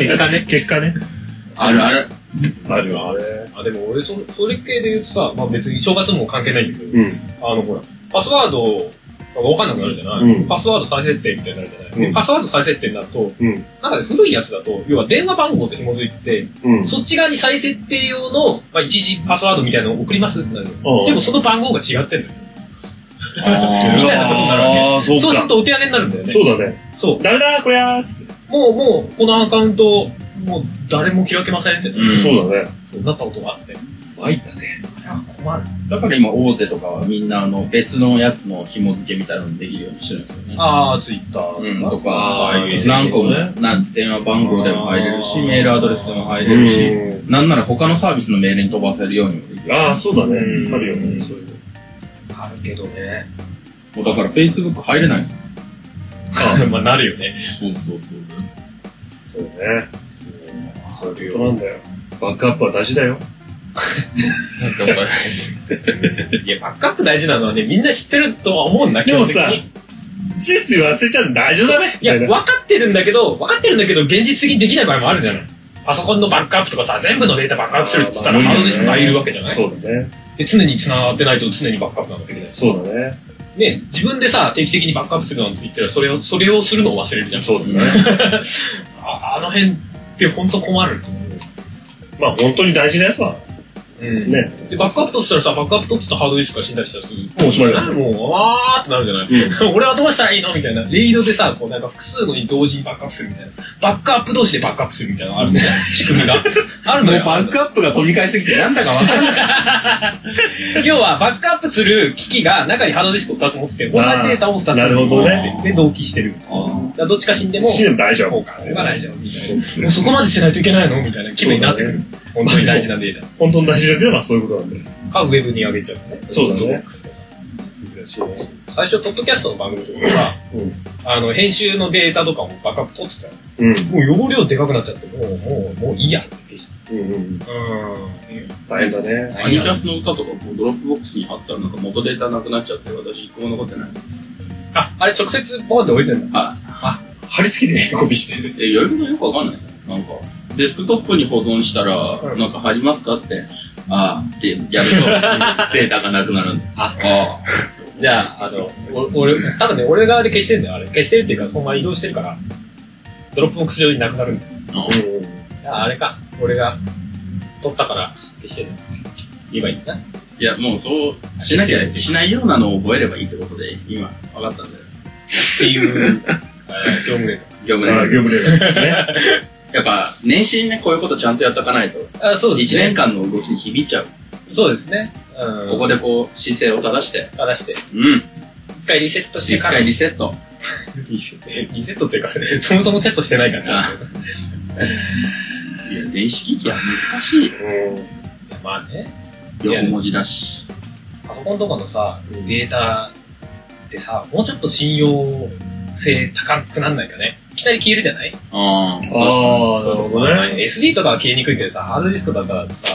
[SPEAKER 7] 結果ね。
[SPEAKER 4] 結果ね。
[SPEAKER 3] あるある。
[SPEAKER 4] あるあれ。
[SPEAKER 1] あ、でも俺そ、それ系で言うとさ、まあ別に正月も関係ないんだけど、
[SPEAKER 4] うん。
[SPEAKER 1] あのほら、パスワードがわかんなくなるじゃない、
[SPEAKER 4] うん
[SPEAKER 1] パスワード再設定みたいになるじゃない、で
[SPEAKER 4] うん
[SPEAKER 1] パスワード再設定になると、
[SPEAKER 4] うん。
[SPEAKER 1] なんかね古いやつだと、要は電話番号と紐づいてて、
[SPEAKER 4] うん。
[SPEAKER 1] そっち側に再設定用の、まあ、一時パスワードみたいなのを送りますってなるよ
[SPEAKER 4] ああ
[SPEAKER 1] でもその番号が違ってんだよ。
[SPEAKER 3] み
[SPEAKER 1] たいなことになるわけ
[SPEAKER 4] ああ、そう
[SPEAKER 1] そうす
[SPEAKER 4] か
[SPEAKER 1] る。とお手上げになるんだよね。
[SPEAKER 4] そうだね。
[SPEAKER 1] そう。
[SPEAKER 4] 誰だこりゃーっつって。
[SPEAKER 1] もう、もう、このアカウント、もう誰も開けませんって、
[SPEAKER 8] うん
[SPEAKER 4] そうだね。
[SPEAKER 1] そうなったことがあって。
[SPEAKER 3] 参ったね。
[SPEAKER 1] あれは困る。
[SPEAKER 3] だから今大手とかはみんなあの別のやつの紐付けみたいなのできるようにしてるんですよね。
[SPEAKER 1] ああ、ツイッター
[SPEAKER 3] うん、と
[SPEAKER 1] あ
[SPEAKER 3] か
[SPEAKER 1] あいう SNS、
[SPEAKER 3] 何個も
[SPEAKER 1] ね、
[SPEAKER 3] なん電話番号でも入れるし、
[SPEAKER 1] あー
[SPEAKER 3] メールアドレスでも入れるし、
[SPEAKER 4] う
[SPEAKER 3] なんなら他のサービスのメールに飛ばせるようにもでき
[SPEAKER 4] ん。
[SPEAKER 3] る。
[SPEAKER 4] ああ、そうだね。
[SPEAKER 1] うん
[SPEAKER 4] あるよね、そういうの。
[SPEAKER 1] あるけどね。
[SPEAKER 3] もうだから Facebook 入れないですよ。
[SPEAKER 1] まあ、なるよね。
[SPEAKER 3] そうそうそう。
[SPEAKER 4] そうね。
[SPEAKER 1] そういう
[SPEAKER 4] そうなんだよ。バックアップは大事だよ。
[SPEAKER 3] なんておかしい。
[SPEAKER 1] いや、バックアップ大事なのはね、みんな知ってるとは思うんだけ
[SPEAKER 4] で
[SPEAKER 1] ど。
[SPEAKER 4] もさ
[SPEAKER 1] 基本的に
[SPEAKER 4] ついつい忘れちゃうの大丈夫だね。
[SPEAKER 1] いや、
[SPEAKER 4] みた
[SPEAKER 1] 分
[SPEAKER 4] な
[SPEAKER 1] かってるんだけど、分かってるんだけど、現実的にできない場合もあるじゃない。パソコンのバックアップとかさ、全部のデータバックアップするって言ったら、
[SPEAKER 4] まあ
[SPEAKER 1] ハードディスクがいるわけじゃない
[SPEAKER 4] そうだね。
[SPEAKER 1] で、常に繋がってないと常にバックアップなんかできないし。
[SPEAKER 4] そうだね。
[SPEAKER 1] ね、自分でさ、定期的にバックアップするのについては、それを、それをするのを忘れるじゃん。
[SPEAKER 4] そうだね。
[SPEAKER 1] ああの辺って本当困ると思う。
[SPEAKER 4] まあ本当に大事なやつは、
[SPEAKER 1] うん
[SPEAKER 4] ね。
[SPEAKER 1] で、バックアップ取ってたらさ、バックアップ取ってたハードディスクが死んだりしたらする。
[SPEAKER 4] もうおしまいだよ
[SPEAKER 1] もう、わーってなるじゃない、俺はどうしたらいいのみたいな。レイドでさ、こうなんか複数のに同時にバックアップするみたいな。バックアップ同士でバックアップするみたいなのあるじゃん。仕組みが。あるのよ。
[SPEAKER 3] アップが飛び交いすぎてなんだかわかんない。
[SPEAKER 1] 要は、バックアップする機器が中にハードディスクを2つ持ってて、同じデータを2つ持ってて
[SPEAKER 4] なるほどね
[SPEAKER 1] で、同期してる。だからどっちか死んでも、
[SPEAKER 4] 死んでも大丈夫
[SPEAKER 1] 交換すれば大丈夫みたいな。もうそこまでしないといけないのみたいな気分になってくる。本当に大事なデー
[SPEAKER 4] 本当に大事なやつはそういうことなんだよ。
[SPEAKER 1] タ。か、ウェブに上げちゃうね。
[SPEAKER 4] そうだね。
[SPEAKER 1] 最初、ポッドキャストの番組とかさ、
[SPEAKER 4] うん
[SPEAKER 1] あの、編集のデータとかもバックアップ取ってたよ。
[SPEAKER 4] うん。
[SPEAKER 1] もう汚れをでかくなっちゃって、もう、もう、もういいやって消し
[SPEAKER 4] うんうん。
[SPEAKER 1] た。うん。
[SPEAKER 4] 大変だね。
[SPEAKER 3] アニキャスの歌とかこうドロップボックスに貼ったらなんか元データなくなっちゃって私一個も残ってないです。
[SPEAKER 1] あ、あれ直接ボーンって置いてんだ。
[SPEAKER 3] は
[SPEAKER 4] 張り付きで横びしてる。
[SPEAKER 3] い。え、やり方よくわかんないですよ。なんか、デスクトップに保存したら、
[SPEAKER 1] うん
[SPEAKER 3] なんか貼りますかって、ああってやると、 データがなくなるんで。
[SPEAKER 1] あ
[SPEAKER 3] あ
[SPEAKER 1] じゃあ、あの、お俺、多分ね、俺側で消してんだよ、あれ。消してるっていうか、そのまま移動してるから、ドロップボックス上になくなるんだよ。
[SPEAKER 4] うん。
[SPEAKER 1] ああれか、俺が取ったから消してる。言えばいいんだな。
[SPEAKER 3] いや、もうそう、しなきゃ、しないようなのを覚えればいいってことで、今、分かったんだよ。
[SPEAKER 1] って いう、えー業務連
[SPEAKER 3] 業務
[SPEAKER 4] ああ、
[SPEAKER 3] 連
[SPEAKER 4] 業
[SPEAKER 3] 絡
[SPEAKER 4] 務 連絡ですね。
[SPEAKER 3] やっぱ、年始にね、こういうことちゃんとやっとかないと、
[SPEAKER 1] あ、そうで
[SPEAKER 3] 1
[SPEAKER 1] すね。
[SPEAKER 3] 年間の動きに響いちゃう。
[SPEAKER 1] そうですね。うん。
[SPEAKER 3] ここでこう、姿勢を正して、
[SPEAKER 1] 出して、
[SPEAKER 3] うん、
[SPEAKER 1] 一回リセットして
[SPEAKER 3] 一
[SPEAKER 1] から。
[SPEAKER 3] 回リセット。
[SPEAKER 1] リセリセットっていうか、そもそもセットしてないからね。
[SPEAKER 3] あいや、電子機器は難しい。
[SPEAKER 1] い
[SPEAKER 4] う
[SPEAKER 1] やまあね、
[SPEAKER 3] 横文字だし。
[SPEAKER 1] パソコンとかのさ、データってさ、もうちょっと信用性高くなんないかね。いきなり消えるじゃない
[SPEAKER 3] ああ、
[SPEAKER 4] ん。ああ、なるほど
[SPEAKER 1] まあ
[SPEAKER 4] ね。
[SPEAKER 1] SD とかは消えにくいけどさ、ハードディスクとかだとさ、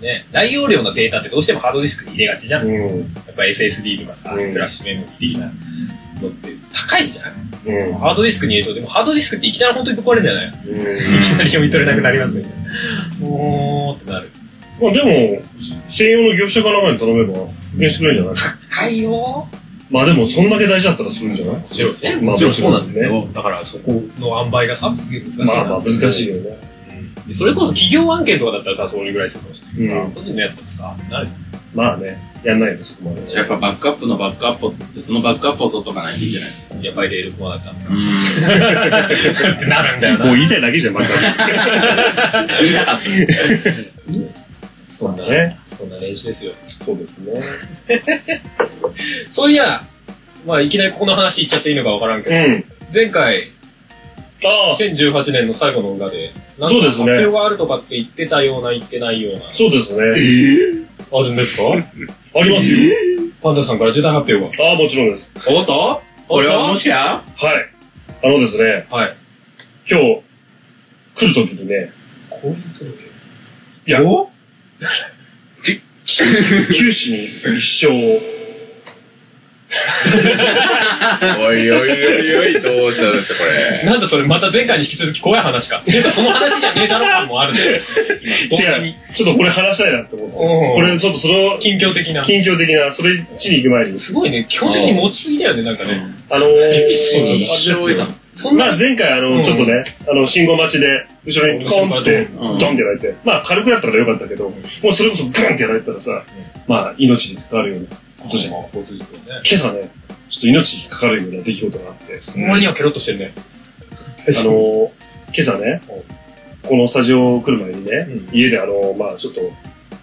[SPEAKER 1] ね、大容量のデータってどうしてもハードディスクに入れがちじゃん。や
[SPEAKER 4] うん。
[SPEAKER 1] っぱ SSD とかさ、フ
[SPEAKER 4] うん
[SPEAKER 1] ラッシュメモリー的なのって高いじゃん。
[SPEAKER 4] うん。
[SPEAKER 1] ハードディスクに入れると、でもハードディスクっていきなり本当にぶっ壊れるんじゃない
[SPEAKER 4] うん
[SPEAKER 1] いきなり読み取れなくなりますよね。おーってなる。
[SPEAKER 4] まあでも、専用の業者かなんかに頼めば、復元してくれるんじゃない
[SPEAKER 1] 高いよ
[SPEAKER 4] まあでも、そんだけ大事だったらするんじゃない
[SPEAKER 1] ちろんね
[SPEAKER 4] ま
[SPEAKER 1] も
[SPEAKER 4] あ
[SPEAKER 1] ちろんそうなん
[SPEAKER 4] だね。
[SPEAKER 1] だからそこの塩梅がさ、すげえ難しいな。
[SPEAKER 4] まあまあ難しいよね。
[SPEAKER 1] でそれこそ企業案件とかだったらさ、それぐらいするかもしれない。
[SPEAKER 4] うん
[SPEAKER 1] 個人のやつだとさ、なる
[SPEAKER 4] まあね、やんないよね、そこまでね。
[SPEAKER 3] やっぱバックアップのバックアップを取って、そのバックアップを取っとかないといけない。
[SPEAKER 1] やばいレールコアだったのか
[SPEAKER 3] うん。
[SPEAKER 1] ってなるんだよ
[SPEAKER 4] もう
[SPEAKER 1] な。
[SPEAKER 4] 言いたいだけじゃん、また。
[SPEAKER 3] 言いたかった。
[SPEAKER 1] そんな
[SPEAKER 4] ね。
[SPEAKER 1] そんな練習ですよ。
[SPEAKER 4] そうですね。
[SPEAKER 1] そういや、まあいきなりここの話言っちゃっていいのかわからんけ
[SPEAKER 4] う
[SPEAKER 1] ど、
[SPEAKER 4] ん。
[SPEAKER 1] 前回、
[SPEAKER 4] ああ、
[SPEAKER 1] 2018年の最後の裏で、なんか
[SPEAKER 4] そうで
[SPEAKER 1] 発
[SPEAKER 4] すね
[SPEAKER 1] 表があるとかって言ってたような、言ってないような。
[SPEAKER 4] そうですね。
[SPEAKER 1] あるんですか
[SPEAKER 4] ありますよ。
[SPEAKER 1] パンダさんから重大発表
[SPEAKER 4] ああ、もちろんです。
[SPEAKER 2] おっとこれはもしや
[SPEAKER 4] はい。あのですね、
[SPEAKER 1] が。はい。
[SPEAKER 4] 今日、来るときにね、
[SPEAKER 1] 婚姻届
[SPEAKER 4] いや、九死に一生を、
[SPEAKER 9] おいおいおいおい、どうしたどうしたこれ。
[SPEAKER 1] なんだそれ、また前回に引き続き怖い話か。えその話じゃねえだろ感もあるん だよ。今
[SPEAKER 4] 違う、ちょっとこれ話したいなって思って、
[SPEAKER 1] うん
[SPEAKER 4] これちょっとその、
[SPEAKER 1] 近況的な。
[SPEAKER 4] 近況的な、それ地に行く前に、
[SPEAKER 1] すごいね、基本的に持ちすぎだよね、なんかね。
[SPEAKER 4] あのー、
[SPEAKER 2] 死に一生
[SPEAKER 4] あ
[SPEAKER 2] だ
[SPEAKER 4] で。
[SPEAKER 1] そ
[SPEAKER 4] す
[SPEAKER 1] ん
[SPEAKER 4] ま
[SPEAKER 1] な
[SPEAKER 4] あ、前回あ
[SPEAKER 1] う
[SPEAKER 4] の、
[SPEAKER 1] ん
[SPEAKER 4] ちょっとね、あの、信号待ちで、後ろにコンって、
[SPEAKER 1] 後
[SPEAKER 2] ろ
[SPEAKER 4] ド
[SPEAKER 2] に
[SPEAKER 4] ンってやられて、まあ、軽くだったからよかったけど、もうそれこそグンってやられたらさ、まあ、命に関わるようなことじゃないですか。
[SPEAKER 1] 交通事故ね。
[SPEAKER 4] 今朝ね、ちょっと命に関わるような出来事があって、
[SPEAKER 1] その割にはケロッとしてるね。
[SPEAKER 4] あのー、今朝ね、このスタジオ来る前にね、
[SPEAKER 1] う
[SPEAKER 4] 家であのー、まあちょっと、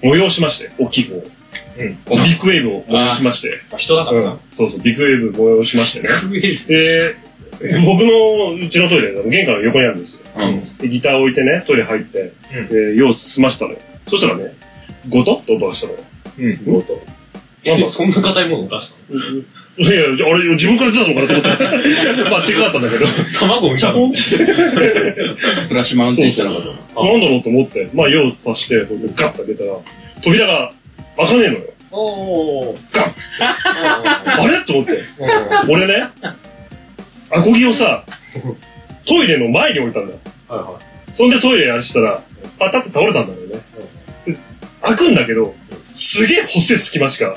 [SPEAKER 4] 催しまして、大きい方を。ビッグウェーブを催しまして、
[SPEAKER 1] 人だからな。
[SPEAKER 4] そうそう、ビッグウェーブ催しましてね。で、僕のうちのトイレ、玄関の横にあるんですよ。
[SPEAKER 2] うん。
[SPEAKER 4] でギター置いてね、トイレ入って、
[SPEAKER 1] うん
[SPEAKER 4] で用済ましたのよ。そしたらね、ゴトッと音がしたのよ。
[SPEAKER 1] うん。
[SPEAKER 4] ゴト
[SPEAKER 1] なんかそんな硬いものを出した
[SPEAKER 4] いやいや、あれ自分から出たのかなと思って。 まあ違かったんだけど、
[SPEAKER 1] の 卵を見
[SPEAKER 4] チ
[SPEAKER 1] た
[SPEAKER 4] ャポ
[SPEAKER 1] の
[SPEAKER 4] ンって、
[SPEAKER 2] スプラッシュマウンテンしたのかと。
[SPEAKER 4] なんだろうと思って、まあ用足して、こうやってガッと開けたら、扉が開かねえのよ。
[SPEAKER 1] おー。
[SPEAKER 4] ガンあれと 思って。俺ね、アコギをさ、トイレの前に置いたんだよ。そんでトイレあれしたら、パタって倒れたんだよね。で開くんだけど、すげえ補正隙間しか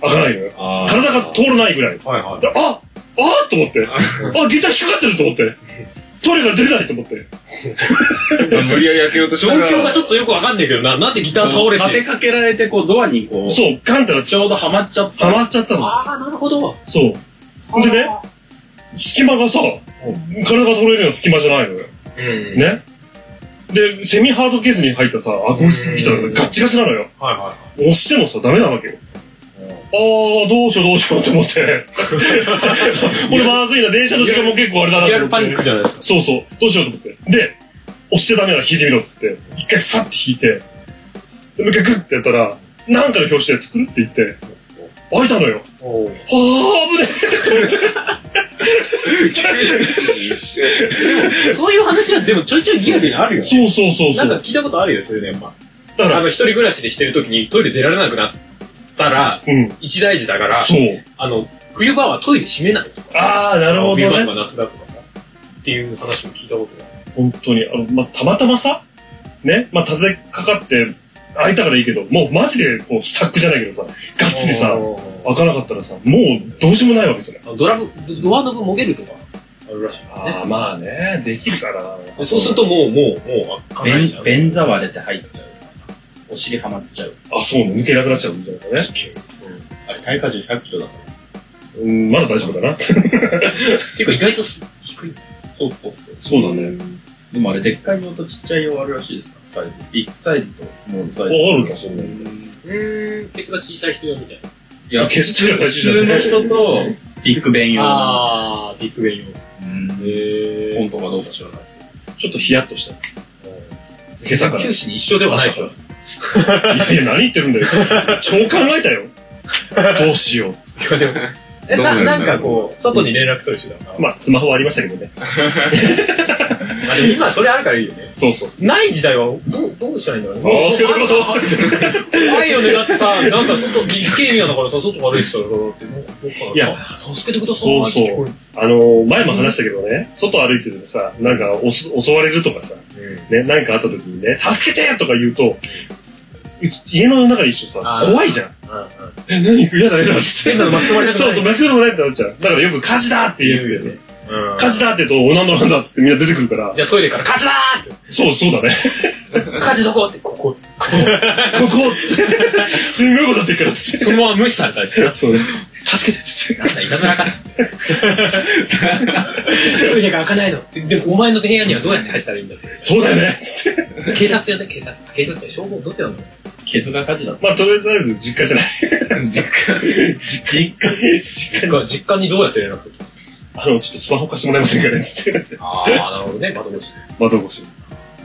[SPEAKER 4] 開かないのよ。体が通らないぐらい。で
[SPEAKER 10] はいは
[SPEAKER 4] あああと思って。あギター引っかかってると思って。トイレから出れないと思って。
[SPEAKER 9] 無理やり開けようとし
[SPEAKER 1] 状
[SPEAKER 9] たら。
[SPEAKER 1] 況がちょっとよくわかんねえけどな。なんでギター倒れ
[SPEAKER 2] 立
[SPEAKER 1] て
[SPEAKER 2] てかけられて、こう、ドアにこう、
[SPEAKER 4] そう、ガンってなっち
[SPEAKER 2] ちょうどはまっちゃっ
[SPEAKER 4] ゃ
[SPEAKER 2] た。
[SPEAKER 4] はまっちゃったの。
[SPEAKER 1] ああ、なるほど。
[SPEAKER 4] そう。でね、隙間がさ、体が通れるような隙間じゃないのよ。
[SPEAKER 1] うん。
[SPEAKER 4] ね。で、セミハードケースに入ったさ、アコギスギターがガッチガチなのよ。
[SPEAKER 10] はいは
[SPEAKER 4] 押してもさ、ダメなわけよ。あー、どうしようどうしようと 思って。俺まずいな、電車の時間も結構あれだな
[SPEAKER 1] リア
[SPEAKER 4] と思
[SPEAKER 1] ル
[SPEAKER 4] っ
[SPEAKER 1] パニ
[SPEAKER 4] て。
[SPEAKER 1] ックじゃないですか。
[SPEAKER 4] そうそう、どうしようと思って。で、押してダメなら弾いてみろっつって、一回ファッて弾いて、で、もう一回グッてやったら、なんかの表紙で作るって言って、開いたのよ。
[SPEAKER 1] お
[SPEAKER 4] あー、危ね
[SPEAKER 1] そういう話はでもちょいちょいリアルにある
[SPEAKER 4] え。
[SPEAKER 1] よ。
[SPEAKER 4] そうそうそう
[SPEAKER 1] な
[SPEAKER 4] そ
[SPEAKER 1] んか
[SPEAKER 4] う。
[SPEAKER 1] 聞いたことあるよ、それね。ま
[SPEAKER 4] だ か
[SPEAKER 1] あ、あ
[SPEAKER 4] ら、
[SPEAKER 1] の、一人暮らしでしてる時にトイレ出られなくなったら、
[SPEAKER 4] うん。
[SPEAKER 1] 一大事だから、
[SPEAKER 4] そう。
[SPEAKER 1] あの、冬場はトイレ閉めないとか。
[SPEAKER 4] あー、なるほど
[SPEAKER 1] 冬場
[SPEAKER 4] ね
[SPEAKER 1] と。か夏だとかさ。っていう話も聞いたことがある。
[SPEAKER 4] 本当に、あの、まあ、たまたまさ、ね、まあ、風かかって、開いたからいいけど、もうマジで、こう、スタックじゃないけどさ、がっつりさ、開かなかったらさ、もうどうしようもないわけじゃない。
[SPEAKER 1] あのドラム、ドアノブもげるとか、あるらしいからね。
[SPEAKER 4] ああ、まあね、できるかな。
[SPEAKER 1] そうするともう、もう、もう、開かないじゃん。
[SPEAKER 2] 便座割れて入っちゃう。お尻はまっちゃう。
[SPEAKER 4] あ、そうね、抜けなくなっちゃうみたいなね。
[SPEAKER 2] あれ、体荷重100キロだから。
[SPEAKER 4] うん、まだ大丈夫か な。
[SPEAKER 1] っていうか意外とす低い。
[SPEAKER 2] そうそうそう。
[SPEAKER 4] そうだね。
[SPEAKER 2] でもあれ、でっかい用とちっちゃい用あるらしいですから、サイズ。ビッグサイズとスモールサ
[SPEAKER 4] あ、
[SPEAKER 2] イ
[SPEAKER 4] あ
[SPEAKER 2] ズ。
[SPEAKER 4] るか、そんなに。
[SPEAKER 1] うーん、ケツが小さい人だみたいな。
[SPEAKER 2] いや、
[SPEAKER 4] 消
[SPEAKER 2] 普
[SPEAKER 4] す力が大事じゃ
[SPEAKER 2] 通
[SPEAKER 4] な
[SPEAKER 2] の
[SPEAKER 4] い。
[SPEAKER 2] 人と、ビッグ弁用。
[SPEAKER 1] あー、ビッグベンよ。
[SPEAKER 2] うん
[SPEAKER 1] へ
[SPEAKER 2] 本当かどうか知らないですけど。
[SPEAKER 4] ちょっとヒヤッとした。今朝から
[SPEAKER 1] 九死に一生ではない気がする。
[SPEAKER 4] いやいや、何言ってるんだよ。超考えたよ。 どうしよう。
[SPEAKER 1] え、
[SPEAKER 9] どうな
[SPEAKER 1] な
[SPEAKER 9] るんだろ
[SPEAKER 1] な
[SPEAKER 9] うん
[SPEAKER 1] かこう、外に連絡取る人だから。
[SPEAKER 4] まあ、スマホはありましたけどね。
[SPEAKER 1] まあでも今それあるからいいよね。
[SPEAKER 4] そうそうそう。
[SPEAKER 1] ない時代は、どう、どうしたらいいんだろうね。
[SPEAKER 4] ああ、助けてください。
[SPEAKER 1] 怖いよね。だってさ、なんか外、岐阜県民だからさ、外歩いてたら、だってもう、どっか
[SPEAKER 4] いや
[SPEAKER 1] さ助けてくださ
[SPEAKER 4] そう
[SPEAKER 1] い。
[SPEAKER 4] そう
[SPEAKER 1] 聞こ
[SPEAKER 4] あのー前も話したけどね、外歩いててさ、なんかおす襲われるとかさ、
[SPEAKER 1] える
[SPEAKER 4] ね、何かあった時にね、助けてとか言うと、うち、家の中で一緒さ
[SPEAKER 1] あ、ー
[SPEAKER 4] 怖いじゃん。
[SPEAKER 1] うんうんうん
[SPEAKER 4] え、何嫌だ嫌だって。
[SPEAKER 1] 変なの巻き込まれたくな
[SPEAKER 4] そ
[SPEAKER 1] いう
[SPEAKER 4] そう、巻き込まれたくないってなっちゃう。だからよく火事だって言うよね。
[SPEAKER 1] うん
[SPEAKER 4] 火事だって言うと、おなんだなんだっつってみんな出てくるから、
[SPEAKER 1] じゃあトイレから、火事だーって。
[SPEAKER 4] そうそ うだね。
[SPEAKER 1] 火事どこって、ここ。
[SPEAKER 4] ここっつって、すんごいことやってるからっつっ
[SPEAKER 1] そのまま無視されたりして。
[SPEAKER 4] て。そうね。助けてっつって。
[SPEAKER 1] なんだ、いたずらかっつって。トイレが開かないの。ででも、お前の部屋にはどうやって入ったらいいんだって。
[SPEAKER 4] そうだよね。つって。
[SPEAKER 1] 警察やね、警察。警察って消防、どっちなんだろう。
[SPEAKER 2] ケツが火事だっ
[SPEAKER 4] まあ、とりあえず実家じゃない。
[SPEAKER 2] た。実家。実家。
[SPEAKER 4] 実家
[SPEAKER 1] 実
[SPEAKER 4] に。
[SPEAKER 1] 家、実家にどうやって連絡する
[SPEAKER 4] あの、ちょっとスマホ貸してもらえませんかねっつって。
[SPEAKER 1] ああ、なるほどね、窓口。
[SPEAKER 4] 窓越し。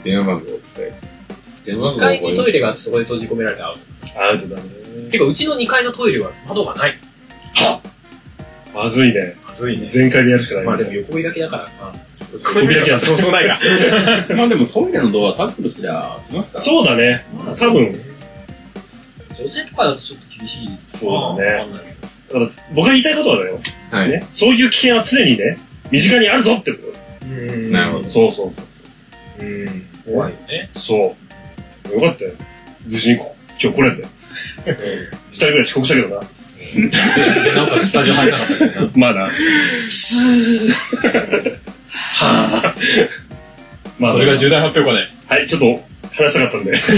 [SPEAKER 9] 電話番号を伝える。電話
[SPEAKER 1] 1階にト
[SPEAKER 9] え
[SPEAKER 1] イレがあってそこで閉じ込められてアウト。
[SPEAKER 4] アウトだね。
[SPEAKER 1] てか、うちの2階のトイレは窓がない。
[SPEAKER 4] まずいね。
[SPEAKER 1] まずいね。
[SPEAKER 4] 全開でやるしかない。
[SPEAKER 1] まあでも横見だけだから、まあ。
[SPEAKER 4] これだけは
[SPEAKER 11] そうそうないが。
[SPEAKER 3] まあでもトイレのドアタックルすりゃ来ますから。
[SPEAKER 4] そうだね。多分。
[SPEAKER 1] 女性とかだとちょっと厳しい。
[SPEAKER 4] そうだね
[SPEAKER 1] わかんないけど。
[SPEAKER 4] だから僕が言いたいことはだよ。
[SPEAKER 2] はい
[SPEAKER 4] ね。そういう危険は常にね、身近にあるぞってこ
[SPEAKER 1] うん
[SPEAKER 2] なるほ
[SPEAKER 4] と。そうそうそうそう。
[SPEAKER 1] うん。
[SPEAKER 4] 怖
[SPEAKER 1] いよね。
[SPEAKER 4] そう。よかったよ。無事にこ今日来れて。二人ぐらい遅刻したけどな。
[SPEAKER 1] なんかスタジオ入らなかったけどな。
[SPEAKER 4] まあな。まあ、
[SPEAKER 1] それが重大発表かね。
[SPEAKER 4] はい、ちょっと話したかった んで。すい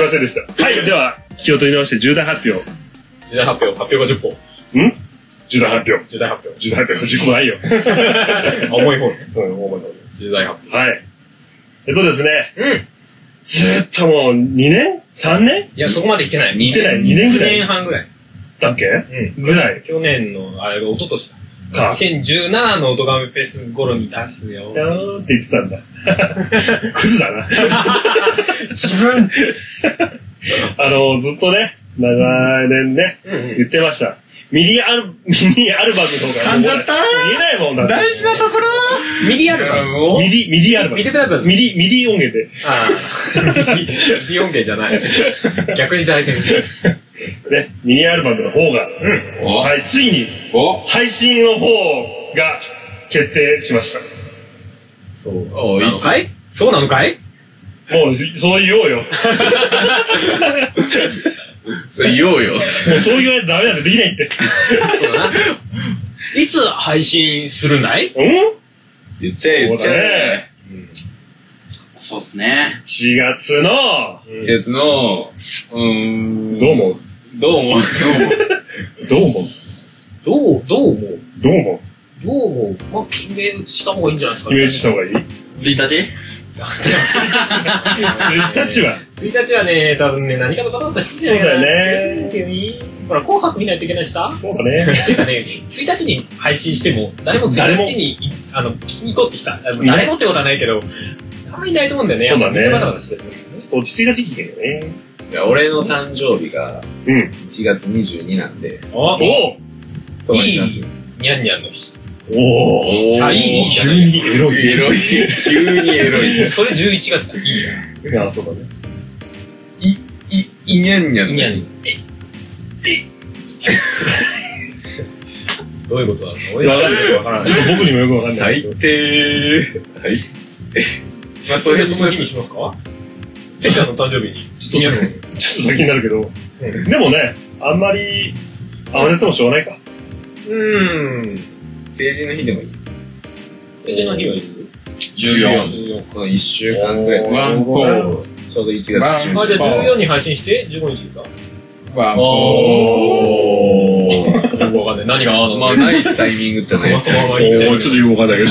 [SPEAKER 4] ませんでした。はい、では、気を取り直して重大発表。
[SPEAKER 1] 重大発表、発表が10個。
[SPEAKER 4] 重大発表。
[SPEAKER 1] 重大発表。
[SPEAKER 4] 重大発表、事故ないよ。
[SPEAKER 1] 重い方ね。
[SPEAKER 4] うん、思い出
[SPEAKER 1] 重大発
[SPEAKER 4] すはい。えっとですね。
[SPEAKER 1] うん。
[SPEAKER 4] ずっともう2年 ?3 年
[SPEAKER 1] 表。いや、そこまで行ってない。
[SPEAKER 4] 行ってない、2年ぐ
[SPEAKER 1] 1
[SPEAKER 4] ら
[SPEAKER 1] 年
[SPEAKER 4] い。
[SPEAKER 1] 半ぐらい。
[SPEAKER 4] だっけ
[SPEAKER 1] う
[SPEAKER 4] ぐらい
[SPEAKER 1] 去年の、あれ、一昨年だ。
[SPEAKER 4] か。
[SPEAKER 1] 2017のオトガメフェス頃に出すよ。
[SPEAKER 4] やーって言ってたんだ。 クズ だな。
[SPEAKER 1] 自分
[SPEAKER 4] あの、ずっとね、長年ね、
[SPEAKER 1] うんうん。
[SPEAKER 4] 言ってました。ミニアル、ミニアルバムの方が。
[SPEAKER 1] 噛んじゃった
[SPEAKER 4] 見えないもんだって。
[SPEAKER 2] 事なところ
[SPEAKER 1] ミディアルバムを
[SPEAKER 4] ミリ、ミリアルバム。
[SPEAKER 1] ミリアルバム
[SPEAKER 4] ミリ、ミリ音源で。
[SPEAKER 1] ああ。 ミディ音源じゃない。逆に大変です。
[SPEAKER 4] ね、ミニアルバムの方が。はい、ついに、
[SPEAKER 2] お
[SPEAKER 4] 配信の方が決定しまし
[SPEAKER 1] そう。
[SPEAKER 2] お
[SPEAKER 1] ないの
[SPEAKER 2] つ
[SPEAKER 1] かいそうなのかい
[SPEAKER 4] た。もう、そう言おうよ。
[SPEAKER 2] それ言おうよ。
[SPEAKER 4] そう言わないとダメだってできないって。
[SPEAKER 1] そうだな。いつ配信するんだい
[SPEAKER 4] うん
[SPEAKER 2] 言っちゃえ、言っちゃえ。
[SPEAKER 3] そうっすね。
[SPEAKER 4] ?4 月の、
[SPEAKER 2] 季節の、うーん。
[SPEAKER 4] どうも、
[SPEAKER 2] どうも。どうも。
[SPEAKER 4] どうも、
[SPEAKER 1] どう、どう思う
[SPEAKER 4] どうも、
[SPEAKER 1] どう思うまあ、決めした方がいいんじゃないですか
[SPEAKER 4] イメージした方がいい
[SPEAKER 3] 1日
[SPEAKER 4] ?1 日は、
[SPEAKER 1] 1日はね、多分ね、何かとバタバタしてんじゃないかな
[SPEAKER 4] そうだよね
[SPEAKER 1] 気がするんですよね。ほら、紅白見ないといけないしさ。
[SPEAKER 4] そうだね。
[SPEAKER 1] っていうかね、1日に配信しても、誰も
[SPEAKER 4] 誰
[SPEAKER 1] 1
[SPEAKER 4] も
[SPEAKER 1] 日に、あの、聞きに行こうって人は、あの誰もってことはないけど、あんまりいないと思うんだよね。
[SPEAKER 4] そうだね
[SPEAKER 1] みんなバタバタしてるんだよね。
[SPEAKER 4] 落ち着いた時期だよね。
[SPEAKER 2] いや俺の誕生日が
[SPEAKER 4] うん。
[SPEAKER 2] 1月22なんで、
[SPEAKER 1] あ
[SPEAKER 4] お
[SPEAKER 2] そうなりますね。
[SPEAKER 1] にゃんにゃんの日。
[SPEAKER 4] おお
[SPEAKER 2] お
[SPEAKER 1] あいい
[SPEAKER 2] 急
[SPEAKER 1] 急に
[SPEAKER 4] エロ
[SPEAKER 2] にエ ロい。急にエロい。
[SPEAKER 1] それ11月だ。いいや。
[SPEAKER 4] い。あ、そうだね。
[SPEAKER 2] い、いにゃんにゃん。
[SPEAKER 1] にゃんにゃん。ええどういうことなの俺
[SPEAKER 4] わかんない
[SPEAKER 1] ちょっとわからない
[SPEAKER 4] ちょっと僕にもよくわか んな
[SPEAKER 2] 最
[SPEAKER 4] いけど。
[SPEAKER 2] 低。はい。まあ、
[SPEAKER 1] そ
[SPEAKER 2] そう
[SPEAKER 1] れ
[SPEAKER 2] いう
[SPEAKER 1] そ
[SPEAKER 2] こと
[SPEAKER 1] の
[SPEAKER 2] で
[SPEAKER 1] 日に
[SPEAKER 2] す。
[SPEAKER 1] しますかてっちゃんの誕生日に。
[SPEAKER 4] ちょっと先、ちょっと先になるけど。でもね、あんまり、慌ててもしょうがないか。
[SPEAKER 1] うん。
[SPEAKER 2] 成人の日でもいい。
[SPEAKER 1] え、の日はいつ
[SPEAKER 3] 14。
[SPEAKER 2] その1週間ぐらいで。
[SPEAKER 3] ワン
[SPEAKER 4] お
[SPEAKER 3] コー。
[SPEAKER 2] ちょうど1月中
[SPEAKER 1] あ、じゃ
[SPEAKER 2] 旬。
[SPEAKER 1] あ14に配信して15日か。
[SPEAKER 2] ワンコー。
[SPEAKER 1] よくわかんない。何がああ
[SPEAKER 2] まあ、ナイスタイミングじゃないですか。
[SPEAKER 4] おーちょっとよくわかんないけど。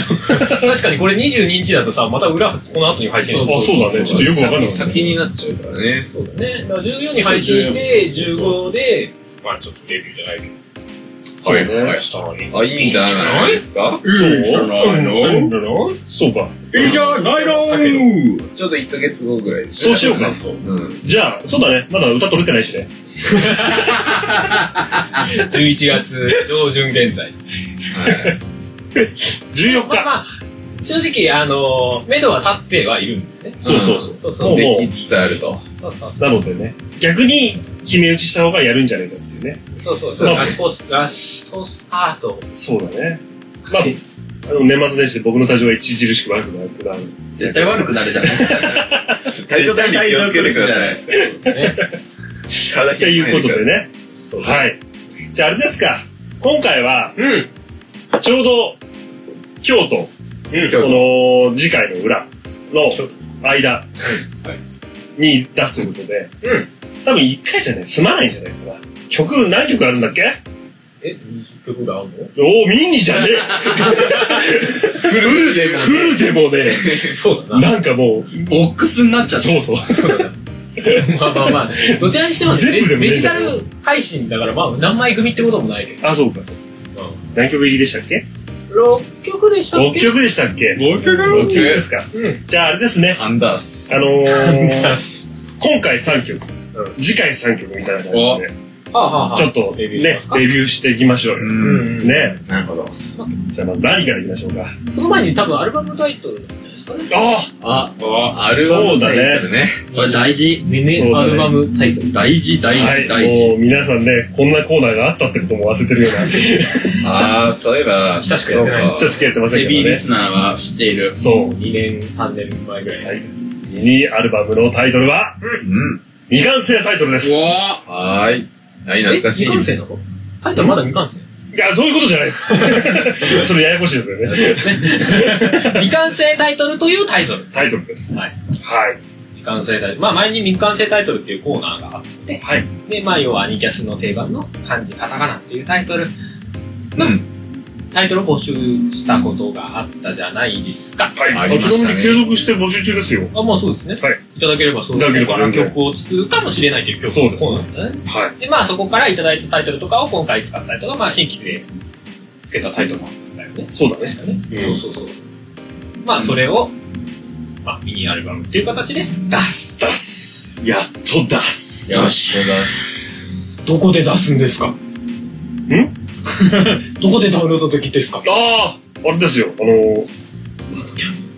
[SPEAKER 1] 確かにこれ22日だとさ、また裏、この後に配信
[SPEAKER 4] あ、
[SPEAKER 1] して
[SPEAKER 4] そうだね。ちょっとよくわかんない。
[SPEAKER 2] 先になっちゃうからね。
[SPEAKER 1] そうだね。だから14に配信して、15で、まあちょっとデビューじゃないけど、
[SPEAKER 2] はいはい。
[SPEAKER 1] したのに。
[SPEAKER 2] あ、いいんじゃないですか
[SPEAKER 4] そう
[SPEAKER 3] ないの
[SPEAKER 4] そうか。
[SPEAKER 2] いいじゃない
[SPEAKER 3] の
[SPEAKER 2] ちょうど1ヶ月後ぐらいです
[SPEAKER 4] そうしようか。
[SPEAKER 2] うん。
[SPEAKER 4] じゃあ、そうだね。まだ歌取れてないしね。
[SPEAKER 1] 11月上旬現在。まあ
[SPEAKER 4] 14日。
[SPEAKER 1] まあ、正直、あのー、目処は立ってはいるんですね。
[SPEAKER 4] そうそうそう。
[SPEAKER 1] そう
[SPEAKER 4] も
[SPEAKER 1] そうう。
[SPEAKER 4] も
[SPEAKER 2] できつつあると。
[SPEAKER 1] そうそう
[SPEAKER 4] なのでね。逆に、決め打ちした方がやるんじゃないかっていうね。
[SPEAKER 1] そう。そう
[SPEAKER 4] そ
[SPEAKER 1] そうう。ラストス、ラストスパート。
[SPEAKER 4] そうだね。まあ、あの、年末年始で僕の体調が著しく悪くなるから。
[SPEAKER 3] 絶対悪くなるじゃん。
[SPEAKER 2] 体調管理気をつけてください。体
[SPEAKER 4] っていうことでね。
[SPEAKER 1] そう
[SPEAKER 4] はい。じゃああれですか。今回は、
[SPEAKER 1] うん。
[SPEAKER 4] ちょうど、今日と、
[SPEAKER 1] うん
[SPEAKER 4] その、次回の裏の間に出すということで、
[SPEAKER 1] うん
[SPEAKER 4] 多分一回じゃね、済まないんじゃないかな。曲、何曲あるんだっけ
[SPEAKER 1] え、20曲ぐらいあんの
[SPEAKER 4] おー、ミニじゃね
[SPEAKER 2] フルで
[SPEAKER 4] えフルでもね、
[SPEAKER 1] そうだな。
[SPEAKER 4] なんかもう、
[SPEAKER 3] ボックスになっちゃった。
[SPEAKER 4] そうそう。
[SPEAKER 1] まあまあまあ、どちらにしてもね
[SPEAKER 4] 全部でもね
[SPEAKER 1] デジタル配信だから、まあ何枚組ってこともないけど。
[SPEAKER 4] あ、そうか、そうか。何曲入りでしたっけ
[SPEAKER 1] 6曲でしたっ
[SPEAKER 4] ?6
[SPEAKER 1] け
[SPEAKER 4] 曲でしたっけ
[SPEAKER 2] もう一回
[SPEAKER 4] 6曲ですか。
[SPEAKER 1] うん。
[SPEAKER 4] じゃああれですね。
[SPEAKER 2] ハンダース。
[SPEAKER 4] あのー、
[SPEAKER 1] す。
[SPEAKER 4] 今回3曲、次回3曲みたいな感じで、
[SPEAKER 1] ああ
[SPEAKER 4] ちょっと
[SPEAKER 1] レ
[SPEAKER 4] ね、レ
[SPEAKER 1] ビュ
[SPEAKER 4] ビ
[SPEAKER 1] ーしますか
[SPEAKER 4] ューしていきましょうよ。
[SPEAKER 1] うん
[SPEAKER 4] ね。
[SPEAKER 2] なるほど。
[SPEAKER 4] じゃあまず何からいきましょうか。
[SPEAKER 1] その前に多分アルバムタイトルなんじゃないですかね。
[SPEAKER 4] あ
[SPEAKER 2] あ、
[SPEAKER 4] あ
[SPEAKER 2] アルバムタイト
[SPEAKER 4] そ
[SPEAKER 2] ルね。
[SPEAKER 3] それ大事。
[SPEAKER 4] そうだ
[SPEAKER 1] ア
[SPEAKER 4] ね
[SPEAKER 1] ルバムタイトル。
[SPEAKER 3] 大事、大事、
[SPEAKER 4] は
[SPEAKER 3] 大
[SPEAKER 4] い。
[SPEAKER 3] 事。
[SPEAKER 4] もう皆さんね、こんなコーナーがあったってことも忘れてるような、
[SPEAKER 2] ああ、そういえば、
[SPEAKER 1] 久しくやってないです
[SPEAKER 4] 親しくやってません
[SPEAKER 3] ヘ
[SPEAKER 4] け
[SPEAKER 3] ビー
[SPEAKER 4] ど
[SPEAKER 3] リ
[SPEAKER 4] ね。
[SPEAKER 3] スナーは知っている。
[SPEAKER 4] そう。
[SPEAKER 1] 2年、3年前ぐらいですね。
[SPEAKER 4] ミニアルバムのタイトルは、
[SPEAKER 2] うん。
[SPEAKER 4] 未完成タイトルです。い
[SPEAKER 3] うわ
[SPEAKER 2] はーい。はい、
[SPEAKER 1] え
[SPEAKER 2] 懐かしい。
[SPEAKER 1] 未完成なのタイトルまだ未完成。
[SPEAKER 4] や、そういうことじゃないです。それややこしいですよね。
[SPEAKER 1] 未完成タイトルというタイトルです。
[SPEAKER 4] タイトルです。
[SPEAKER 1] はい。
[SPEAKER 4] はい。
[SPEAKER 1] 未完成タイトル。まあ前に未完成タイトルっていうコーナーがあって、
[SPEAKER 4] はい。
[SPEAKER 1] で、まあ要はアニキャスの定番の漢字、カタカナっていうタイトルの、
[SPEAKER 2] うん
[SPEAKER 1] タイトルを募集したことがあったじゃないですか。
[SPEAKER 4] は
[SPEAKER 2] あ
[SPEAKER 4] い。
[SPEAKER 2] りま
[SPEAKER 4] ち
[SPEAKER 2] し
[SPEAKER 4] な
[SPEAKER 2] たね
[SPEAKER 4] みに継続して募集中ですよ。
[SPEAKER 1] あ、まあそうですね。
[SPEAKER 4] はい。
[SPEAKER 1] いただければそう
[SPEAKER 4] いただければ全然
[SPEAKER 1] 曲を作るかもしれないという曲
[SPEAKER 4] そうですね
[SPEAKER 1] コーナーだね。
[SPEAKER 4] はい。
[SPEAKER 1] で、まあそこからいただいたタイトルとかを今回使ったりとか、まあ新規で付けたタイトルもあったよね。
[SPEAKER 4] そうだね。
[SPEAKER 1] 確かね。そうそうそう。まあそれを、まあミニアルバムっていう形で出す。
[SPEAKER 4] 出す。やっと出す。
[SPEAKER 2] よし。
[SPEAKER 1] どこで出すんですかん どこでダウンロードできですか
[SPEAKER 4] ああ、あれですよ。あのー、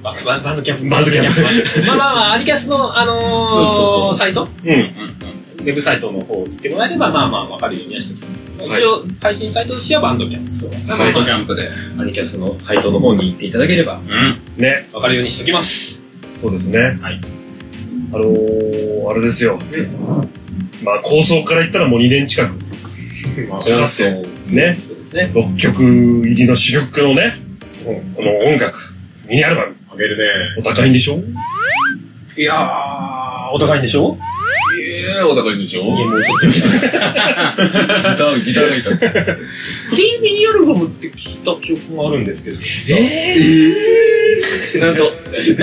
[SPEAKER 1] バンバンドキャンプ。
[SPEAKER 4] バンドキャンプ
[SPEAKER 1] プ。まあまあまあ、アリキャスの、あのー
[SPEAKER 2] そうそうそう
[SPEAKER 1] サイト
[SPEAKER 4] うん。
[SPEAKER 1] ウェブサイトの方を見てもらえれば、まあまあ、わかるようにはしておきます。
[SPEAKER 4] い
[SPEAKER 1] 一応、配信サイトとしてはバンドキャンプ。そう。
[SPEAKER 3] ーフォトキャンプで。
[SPEAKER 1] アリキャスのサイトの方に行っていただければ、
[SPEAKER 3] うん。
[SPEAKER 4] ね。
[SPEAKER 1] わかるようにしておきます。
[SPEAKER 4] そうですね。
[SPEAKER 1] はい。
[SPEAKER 4] あのー、あれですよ。まあ、構想から言ったらもう2年近く。
[SPEAKER 1] まあ、
[SPEAKER 4] そう
[SPEAKER 1] そう
[SPEAKER 4] ね
[SPEAKER 1] そうですね。
[SPEAKER 4] 6曲入りの主力のね、この音楽、ミニアルバム、
[SPEAKER 1] あげる
[SPEAKER 4] お高いんでしょ
[SPEAKER 1] ね。いやー、お高いんでしょ
[SPEAKER 2] ええ、お高いんで しょ
[SPEAKER 1] いや、もうそっちにした。
[SPEAKER 2] ギター、ギターがいた。
[SPEAKER 1] フリーミニアルバムって聞いた記憶があるんですけど。
[SPEAKER 2] なんと、 全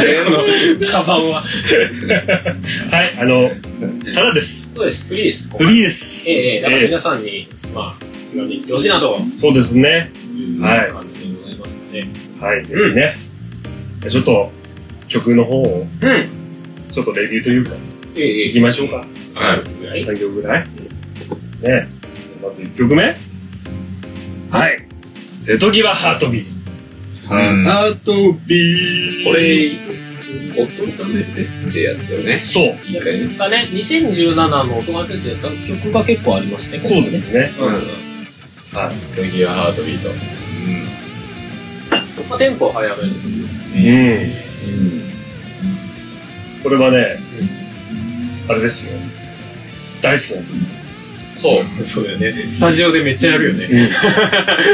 [SPEAKER 2] 部。
[SPEAKER 1] 茶番は。
[SPEAKER 4] はい、あの、ただです。
[SPEAKER 1] そうです、フリーです。
[SPEAKER 4] フリーです。
[SPEAKER 1] ええ、だから
[SPEAKER 4] え
[SPEAKER 1] 皆さんに、まあ、気軽に行ってほしいなと。
[SPEAKER 4] えそうですね。
[SPEAKER 1] はい。感じでございますので。
[SPEAKER 4] はい、ぜひね。ちょっと、曲の方を、
[SPEAKER 1] うん。
[SPEAKER 4] ちょっとレビューというか、
[SPEAKER 1] ええ、
[SPEAKER 4] い
[SPEAKER 1] え
[SPEAKER 4] きましょうか。
[SPEAKER 2] はい。
[SPEAKER 1] え、ぐらい。
[SPEAKER 4] 3曲ぐらい。ねまず1曲目。はい。瀬戸際ハートビート。
[SPEAKER 2] うん
[SPEAKER 3] ハートビー。
[SPEAKER 2] これ、オトガメフェスでやったよね。
[SPEAKER 4] そう。
[SPEAKER 2] 一回ね。
[SPEAKER 1] だね、2017の音楽フェスでやった曲が結構ありますね。
[SPEAKER 4] そうですね。
[SPEAKER 1] ここね。
[SPEAKER 4] はい。
[SPEAKER 2] ストギアハートビート。う
[SPEAKER 1] うん。まあ、テンポ早めで。
[SPEAKER 4] うん。
[SPEAKER 2] ん。
[SPEAKER 4] これはね、あれですよ。大好きなんですよ。
[SPEAKER 2] ほ
[SPEAKER 1] そうだよね。スタジオでめっちゃやるよね。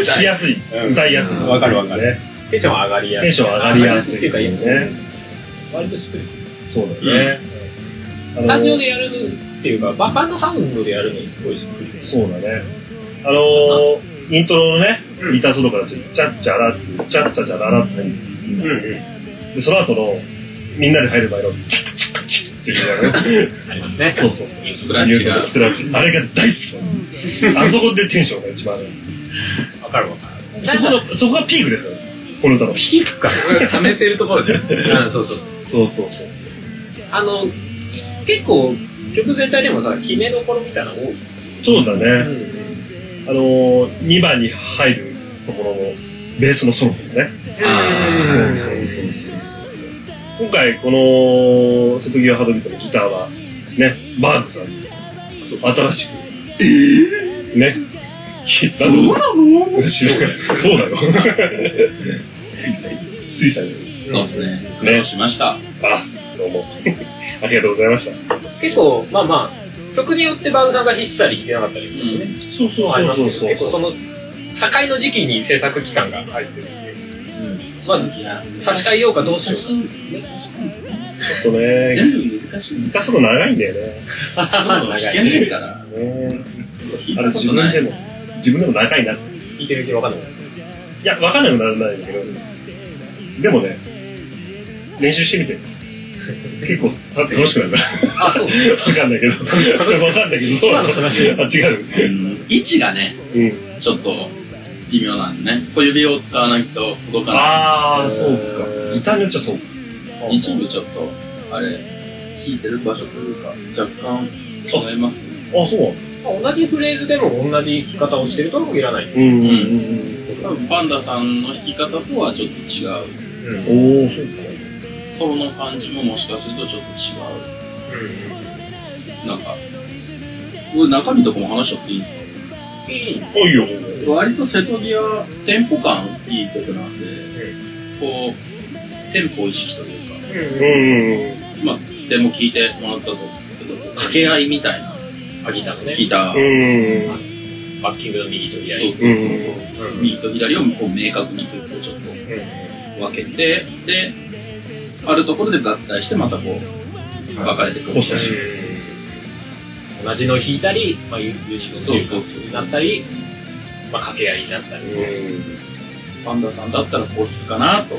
[SPEAKER 4] 聴きやすい。
[SPEAKER 1] うん
[SPEAKER 4] 歌いやすい。
[SPEAKER 1] わかるわかる。
[SPEAKER 4] ね。
[SPEAKER 1] テンション上がりやすい。
[SPEAKER 4] テンション上がりやすい
[SPEAKER 1] っていうか、い
[SPEAKER 4] ね
[SPEAKER 1] ね。割としっくり
[SPEAKER 4] そうだね。
[SPEAKER 1] スタジオ
[SPEAKER 4] で
[SPEAKER 1] でやるっていうか、ババンドサウンドでやるのにすごいしっくりです。
[SPEAKER 4] そうだね。あのー、イントロのね、
[SPEAKER 1] うん
[SPEAKER 4] ギターソロから、ちゃっちゃらつ、ちゃっちゃちゃららって入って
[SPEAKER 1] うんうん。
[SPEAKER 4] で、その後の、みんなで入る前の、ちゃっちゃっちゃっっていうのがね、
[SPEAKER 1] ありますね。
[SPEAKER 4] そうそうそう。
[SPEAKER 2] スクラッチ
[SPEAKER 4] ニュートン
[SPEAKER 2] が
[SPEAKER 4] の。スクラッチ。あれが大好きなの。あそこでテンションが一番上が
[SPEAKER 1] わかるわかる。
[SPEAKER 4] るそこが、そこがピークですから、この歌の。
[SPEAKER 1] ピークか。
[SPEAKER 2] 溜めてるところですよ。
[SPEAKER 1] うん、そうそう。
[SPEAKER 4] そうそうそうそう。
[SPEAKER 1] あの、結構、曲全体でもさ、決めどころみたいなの多い。
[SPEAKER 4] そうだね。
[SPEAKER 1] ん。
[SPEAKER 4] あのー、2番に入るところのベースのソロもね。
[SPEAKER 2] あー
[SPEAKER 1] うん
[SPEAKER 4] そうそうそうそうそう。今回、この、瀬戸際ハドリットのギターは、ね、バーグさんに、新しく。えね。そうなの知らない。そうだよ。
[SPEAKER 3] ついさい。
[SPEAKER 4] ついさんに。
[SPEAKER 3] そうですね。
[SPEAKER 4] ね
[SPEAKER 3] 苦労しました。
[SPEAKER 4] あ、どうも。 ありがとうございました。
[SPEAKER 1] 結構、まあまあ、曲によってバウンさんが弾いてたり弾けなかったりとかね。
[SPEAKER 4] そうそ
[SPEAKER 1] ありますけど
[SPEAKER 4] 結
[SPEAKER 1] 結構
[SPEAKER 4] 構
[SPEAKER 1] そ
[SPEAKER 4] その、
[SPEAKER 1] の、境の時期に制作期間が入ってるんで、まず、差し替えようかどうしよう
[SPEAKER 4] ちょっとね、
[SPEAKER 3] 全部難しいんだ
[SPEAKER 4] ギターソロ長いんだよね。
[SPEAKER 1] か。
[SPEAKER 3] そう弾けないから。
[SPEAKER 4] ね
[SPEAKER 3] そう弾い
[SPEAKER 4] あれ
[SPEAKER 3] たこ
[SPEAKER 4] 自
[SPEAKER 3] と
[SPEAKER 4] 分
[SPEAKER 3] な
[SPEAKER 4] で
[SPEAKER 3] い。
[SPEAKER 4] も、自分でも長いなって。
[SPEAKER 1] 弾いてるうちにわかんない。
[SPEAKER 4] いや、わかんなくならないんだけど、でもね、練習して みて。結構た楽しくなるから。
[SPEAKER 1] あ、そう。
[SPEAKER 4] わかんないけど。わかんないけど、そうなの。あ、違う。
[SPEAKER 3] うん位置がね、
[SPEAKER 4] うん。
[SPEAKER 3] ちょっと微妙なんですね。小指を使わないと届かない。
[SPEAKER 4] あー、そうか。ギターによっちゃそうか。
[SPEAKER 3] 一部ちょっと、あれ、聞いてる場所というか、若干違いますけど、
[SPEAKER 4] あ、そうなんだ
[SPEAKER 1] まあ同じフレーズでも同じ弾き方をしてるとはいらない。
[SPEAKER 4] うんうんうん
[SPEAKER 3] 多分パンダさんの弾き方とはちょっと違う。
[SPEAKER 1] うん
[SPEAKER 4] うん。おー、そうか。
[SPEAKER 3] ソロの感じももしかするとちょっと違う。なんか、これ中身とかも話しちゃっていいんですか
[SPEAKER 4] あ、いいよ。
[SPEAKER 3] 割と瀬戸際、テンポ感いい曲なんで、こう、テンポを意識というか、
[SPEAKER 4] うんうんうん。
[SPEAKER 3] まあ、でも聞いてもらったと思うんですけど、掛け合いみたいな
[SPEAKER 1] あ、ギターのね、
[SPEAKER 3] ギター、
[SPEAKER 4] うん。
[SPEAKER 1] バッキングの右と
[SPEAKER 3] そ
[SPEAKER 1] 左
[SPEAKER 3] う。そうそうそう、
[SPEAKER 1] うん
[SPEAKER 3] 右と左をこう明確にこうちょっと分けて、で、あるところで合体してまたこう、分かれてくる。
[SPEAKER 4] 交差し
[SPEAKER 1] 同じの弾いたり、まあ、ユユニゾンってい
[SPEAKER 3] そうう
[SPEAKER 1] か
[SPEAKER 3] そうそう
[SPEAKER 1] なったり、まあ、掛け合いになったり
[SPEAKER 3] そうそうそうパンダさんだったらこうするかなと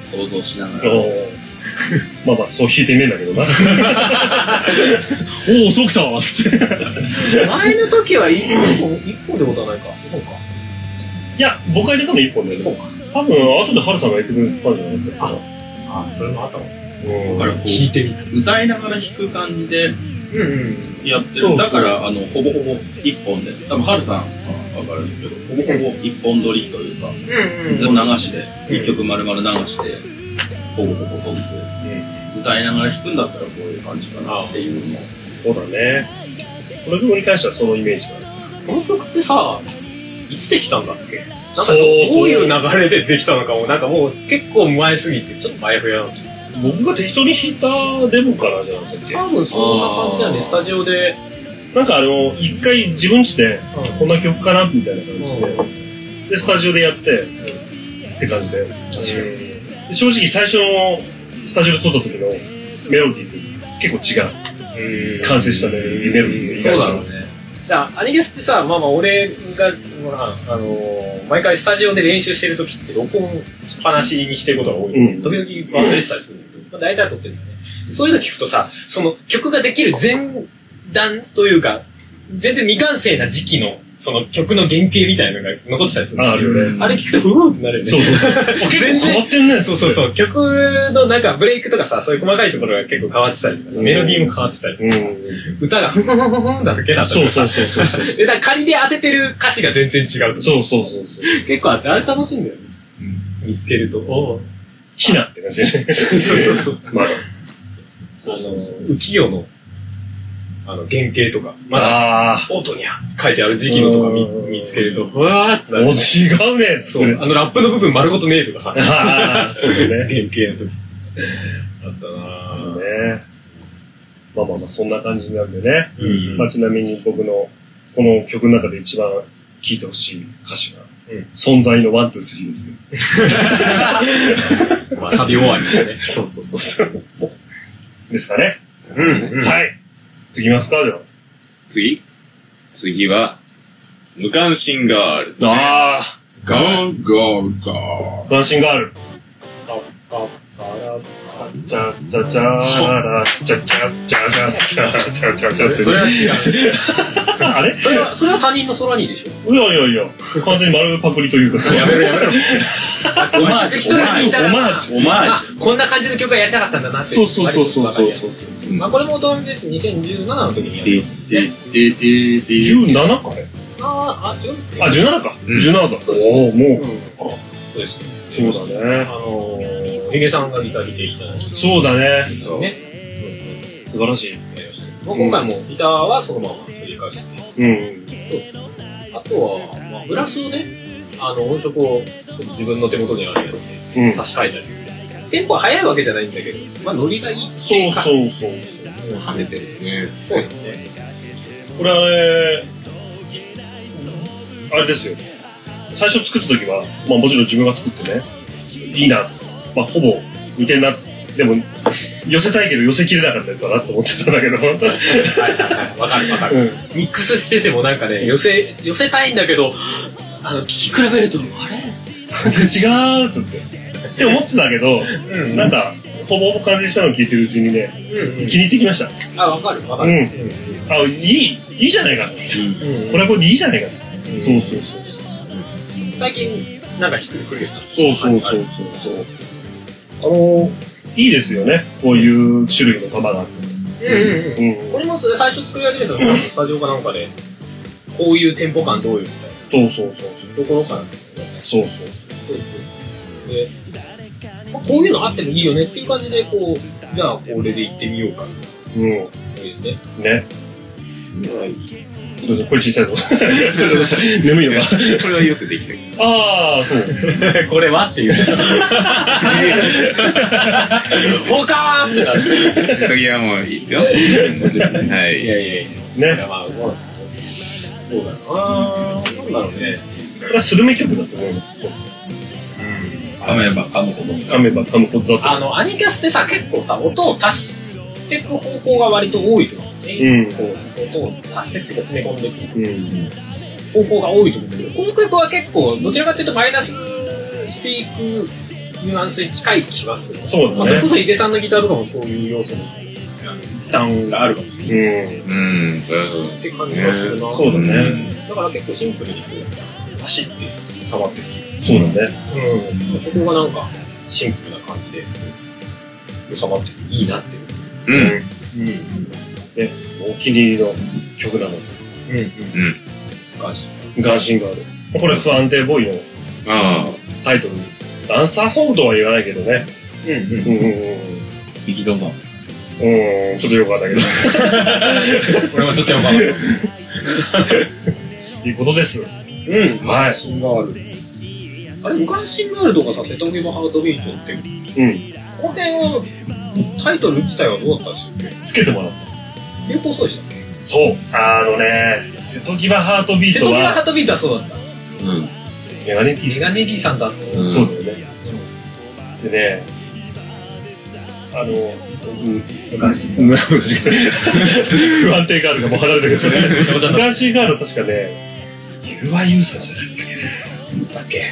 [SPEAKER 3] 想像しなが
[SPEAKER 4] あ
[SPEAKER 3] ら。
[SPEAKER 4] ー まあまあ、そう弾いてねえんだけ どな。おお、そうきたわつって。
[SPEAKER 1] 前の時は1本、一本ってことはないか。そうか。
[SPEAKER 4] いや、僕が入れたの一本だよね。多分、後で春さんがやってくれたんじゃないかな。
[SPEAKER 1] あ、それもあったかもしれない。
[SPEAKER 4] そう
[SPEAKER 3] だからこ
[SPEAKER 1] 弾いてみた。
[SPEAKER 3] う、歌いながら弾く感じで
[SPEAKER 1] うんうん。
[SPEAKER 3] やって
[SPEAKER 4] そうそう
[SPEAKER 3] る。だから、あの、ほぼほぼ一本で、多分、ハルさんはわかるんですけど、ほぼほぼ一本撮りというか、
[SPEAKER 1] うん
[SPEAKER 3] ずっと流しで、
[SPEAKER 1] うん
[SPEAKER 3] 一曲丸々流して、ほぼほぼほぼと歌いながら弾くんだったらこういう感じかなっていうのも。
[SPEAKER 4] そうだね。この曲に関してはそのイメージがある。
[SPEAKER 1] この曲ってさ、いつできたんだっけなんかど
[SPEAKER 4] 相
[SPEAKER 1] う
[SPEAKER 4] 当
[SPEAKER 1] いう流れでできたのかも、なんかもう結構前すぎて、ちょっと前ふやなんだ
[SPEAKER 4] 僕が適当に弾いたデモからじゃなくて。
[SPEAKER 1] 多分そんな感じだよね、
[SPEAKER 3] あー
[SPEAKER 1] スタジオで。
[SPEAKER 4] なんかあの、一回自分ちで、こんな曲かなみたいな感じ
[SPEAKER 1] う
[SPEAKER 4] で。で、スタジオでやって、って感じで。で正直最初のスタジオで撮った時のメロディーと結構違う。
[SPEAKER 1] うん
[SPEAKER 4] 完成したメロディーメロディーが
[SPEAKER 1] そうだろうね。だからアニゲスってさ、まあまあ俺が、まあ、あのー毎回スタジオで練習してる時って録音しっぱなしにしてることが多い。
[SPEAKER 4] うん
[SPEAKER 1] 時々忘れてたりするんだけど、まあ、大体は撮ってるんだよね。そういうの聞くとさ、その曲ができる前段というか、全然未完成な時期の、その曲の原型みたいなのが残ってたりするんだ
[SPEAKER 4] あ
[SPEAKER 1] よ
[SPEAKER 4] あるよね。
[SPEAKER 1] あれ聞くとうわーってなるよね。
[SPEAKER 4] そうそう そう。あ結構変わってんね。
[SPEAKER 1] そうそうそう。曲のなんかブレイクとかさ、そういう細かいところが結構変わってたりとかさ、メロディーも変わってたり、
[SPEAKER 4] うん。
[SPEAKER 1] 歌がふんふんふんふんだけだったり
[SPEAKER 4] そう
[SPEAKER 1] とかさ
[SPEAKER 4] そうそうそうそう。
[SPEAKER 1] で、だから仮で当ててる歌詞が全然違うとか。
[SPEAKER 4] そうそうそうそう。
[SPEAKER 1] 結構あって、あれ楽しいんだよね。見つけると。おう
[SPEAKER 4] ひなって感じでね。
[SPEAKER 1] そうそうそう。
[SPEAKER 4] まあ、
[SPEAKER 1] そうそうそう。浮世の、あの、原型とか、まだ、
[SPEAKER 4] ああ。
[SPEAKER 1] オートに書いてある時期のとか見見つけると、うわーってな
[SPEAKER 4] もう
[SPEAKER 1] る。
[SPEAKER 4] 違うね。
[SPEAKER 1] そ
[SPEAKER 4] れ
[SPEAKER 1] う。。あの、ラップの部分丸ごとねえとかさ。
[SPEAKER 4] ああ、そうだね。
[SPEAKER 1] 原型の時。あったなぁ。
[SPEAKER 4] ね。まあまあまあ、そんな感じなんでね。
[SPEAKER 1] うん
[SPEAKER 4] まあ、ちなみに僕の、この曲の中で一番聴いてほしい歌詞が、
[SPEAKER 1] うん
[SPEAKER 4] 存在のワン、ツー、スリーですね。
[SPEAKER 1] まあ、サビ終わりだね。
[SPEAKER 4] そうそうそうそう。ですかね。
[SPEAKER 1] うん
[SPEAKER 4] はい。次ますか、では。
[SPEAKER 2] 次次は、無関心ガール。
[SPEAKER 4] ああ、
[SPEAKER 2] ゴーゴーゴ
[SPEAKER 4] ワンシンガール。
[SPEAKER 1] い。
[SPEAKER 4] チャチャチャラ、チャチャチャチャチャチャチャチャって。
[SPEAKER 1] それは違う。
[SPEAKER 4] あれ
[SPEAKER 1] それは、それは他人の空にでしょ。
[SPEAKER 4] いやいやいや、完全に丸パクリというか、
[SPEAKER 1] やめろや めろ。
[SPEAKER 3] オマージ
[SPEAKER 1] 人
[SPEAKER 3] ュ、オ
[SPEAKER 1] が
[SPEAKER 3] マ
[SPEAKER 1] 聞い
[SPEAKER 3] ージ
[SPEAKER 1] た
[SPEAKER 3] ュ。
[SPEAKER 1] ら、
[SPEAKER 4] オマージ
[SPEAKER 3] オマー
[SPEAKER 1] あこんな感じの曲がやりたかったんだなって。
[SPEAKER 4] そうそうそうそうそうそう。
[SPEAKER 1] まあこれもドームベース2017の時にやっ
[SPEAKER 2] ー。で
[SPEAKER 1] て
[SPEAKER 2] でででで
[SPEAKER 4] 17かね。
[SPEAKER 1] あーあ、違う
[SPEAKER 4] あ、17か。
[SPEAKER 2] うん
[SPEAKER 4] 17だ。おお、も
[SPEAKER 1] うんそうです。
[SPEAKER 4] う。そうだね
[SPEAKER 1] あ。のー、ヒゲさんがギター弾いていただいて。
[SPEAKER 4] そうだね。
[SPEAKER 2] そう。
[SPEAKER 1] ね。
[SPEAKER 4] 素晴らしい。
[SPEAKER 1] もう今回もギターはそのままそれ返して。
[SPEAKER 4] うん。
[SPEAKER 1] あとは、まあ、ブラスをね、あの、音色をちょっと自分の手元にあるやつで
[SPEAKER 4] うん。
[SPEAKER 1] 差し替えたり。テンポは速いわけじゃないんだけど、まあノリがいいって
[SPEAKER 4] そ
[SPEAKER 1] いううか。
[SPEAKER 4] そうそうそう。
[SPEAKER 1] うん
[SPEAKER 2] 跳ねてるね。
[SPEAKER 1] そうですね。
[SPEAKER 4] これあれ、あれですよ。最初作った時は、まあもちろん自分が作ってね、いいな、まあほぼ似てんな、でも、寄せたいけど寄せきれなかったやつだなと思ってたんだけど。
[SPEAKER 1] はいわかるわかる。
[SPEAKER 4] うん。
[SPEAKER 1] ミックスしててもなんかね、寄せ、寄せたいんだけど、あの、聴き比べると、あれ
[SPEAKER 4] 違うとって。って思ってたけど、
[SPEAKER 1] う
[SPEAKER 4] なんか、ほぼほぼ完成したのを聞いてるうちにね、
[SPEAKER 1] うん
[SPEAKER 4] 気に入ってきました。
[SPEAKER 1] あ、わかるわか
[SPEAKER 4] う
[SPEAKER 1] る。
[SPEAKER 4] ん。あ、いい、いいじゃないかっつって。
[SPEAKER 1] うん
[SPEAKER 4] これはこれでいいじゃないか
[SPEAKER 1] ん
[SPEAKER 4] そうそうそうそう。
[SPEAKER 1] 最近、なんかしっくりくるようになった
[SPEAKER 4] そうそうそうそうそう。あのー、いいですよね。こういう種類の玉があって。
[SPEAKER 1] うんうん。
[SPEAKER 4] うん。
[SPEAKER 1] これも最初作り始めたのはスタジオかなんかで、こういうテンポ感どうよみたい
[SPEAKER 4] そうそうそう。
[SPEAKER 1] なところからね
[SPEAKER 4] そう
[SPEAKER 1] そう
[SPEAKER 4] そう。
[SPEAKER 1] そう。で、まあこういうのあってもいいよねっていう感じで、こう、じゃあこれで行ってみようか。
[SPEAKER 4] うん。
[SPEAKER 1] こういうね。
[SPEAKER 4] ね。どうぞ、これ小さい の。 眠いのか。
[SPEAKER 2] これはよくできたけど。
[SPEAKER 4] ああ、そ う。
[SPEAKER 1] これはっていう。 他はってなる
[SPEAKER 2] 瀬戸際 もいいですよ。はい。
[SPEAKER 1] いやいやいや。
[SPEAKER 4] ね。
[SPEAKER 1] まあ、まあ、そうだな。なんだろうね。
[SPEAKER 4] これはスルメ曲だと思います。
[SPEAKER 3] 噛めば噛むほど
[SPEAKER 4] 噛めば噛むことだと。
[SPEAKER 1] あの、アニキャスってさ、結構さ、音を足してく方向が割と多いと思うね。
[SPEAKER 4] うん。
[SPEAKER 1] こう音を足してってこう詰め込んでいく
[SPEAKER 4] うん。
[SPEAKER 1] 方向が多いと思うんだけど、この曲は結構、どちらかというとマイナスしていくニュアンスに近い気がする。
[SPEAKER 4] そう
[SPEAKER 1] まあ、そ
[SPEAKER 4] だ
[SPEAKER 1] れこ
[SPEAKER 4] ね。
[SPEAKER 1] そ井出さんのギターとかもそういう要素のあの一端があるかもしれない
[SPEAKER 4] うん。
[SPEAKER 2] うん、それはそうだ
[SPEAKER 1] って感じがするな。
[SPEAKER 4] そうだ
[SPEAKER 2] うん
[SPEAKER 4] ね。
[SPEAKER 1] だから結構シンプルにこう、パシって触ってる気
[SPEAKER 4] そうだ
[SPEAKER 1] う
[SPEAKER 4] ね。
[SPEAKER 1] ん、そこがなんかシンプルな感じで収まってていいなっていう。
[SPEAKER 2] うん。
[SPEAKER 1] うん。
[SPEAKER 4] お気に入りの曲なの。
[SPEAKER 1] うん。
[SPEAKER 2] うん。
[SPEAKER 1] 感じ。
[SPEAKER 4] ガンシンガール。これ不安定ボーイの
[SPEAKER 2] ああ、
[SPEAKER 4] タイトル。ダンサーソングとは言わないけどね。
[SPEAKER 1] うんうん。
[SPEAKER 4] うんうん
[SPEAKER 3] ミキどうなんですか
[SPEAKER 4] うん。うん、ちょっとよくわかんないけ
[SPEAKER 1] これはちょっとやばい。
[SPEAKER 4] ど。いうことです。
[SPEAKER 1] うん。
[SPEAKER 4] はい。
[SPEAKER 1] シンガール。あれ、無関心ガールとかさ、瀬戸際ハートビートって、
[SPEAKER 4] うん。
[SPEAKER 1] この辺は、タイトル自体はどうだったんですか
[SPEAKER 4] つけてもらった。
[SPEAKER 1] 流行そうでしたっけ
[SPEAKER 4] そう。あのね、瀬戸際ハートビー
[SPEAKER 1] 瀬
[SPEAKER 4] ト
[SPEAKER 1] 戸際
[SPEAKER 4] は、
[SPEAKER 1] ハートビートはそうだった。
[SPEAKER 2] う
[SPEAKER 4] メガネティー
[SPEAKER 1] メガネ D さんだと。
[SPEAKER 2] ん。
[SPEAKER 4] そうだよね。でね、あの、うん
[SPEAKER 1] 昔。
[SPEAKER 4] 不安定ガールがもう離れてくるからね。
[SPEAKER 1] めちゃめちゃ
[SPEAKER 4] ガーシーガールは確かね、ゆうわゆうさんじゃなかっ
[SPEAKER 1] だ
[SPEAKER 4] たっ
[SPEAKER 1] っけ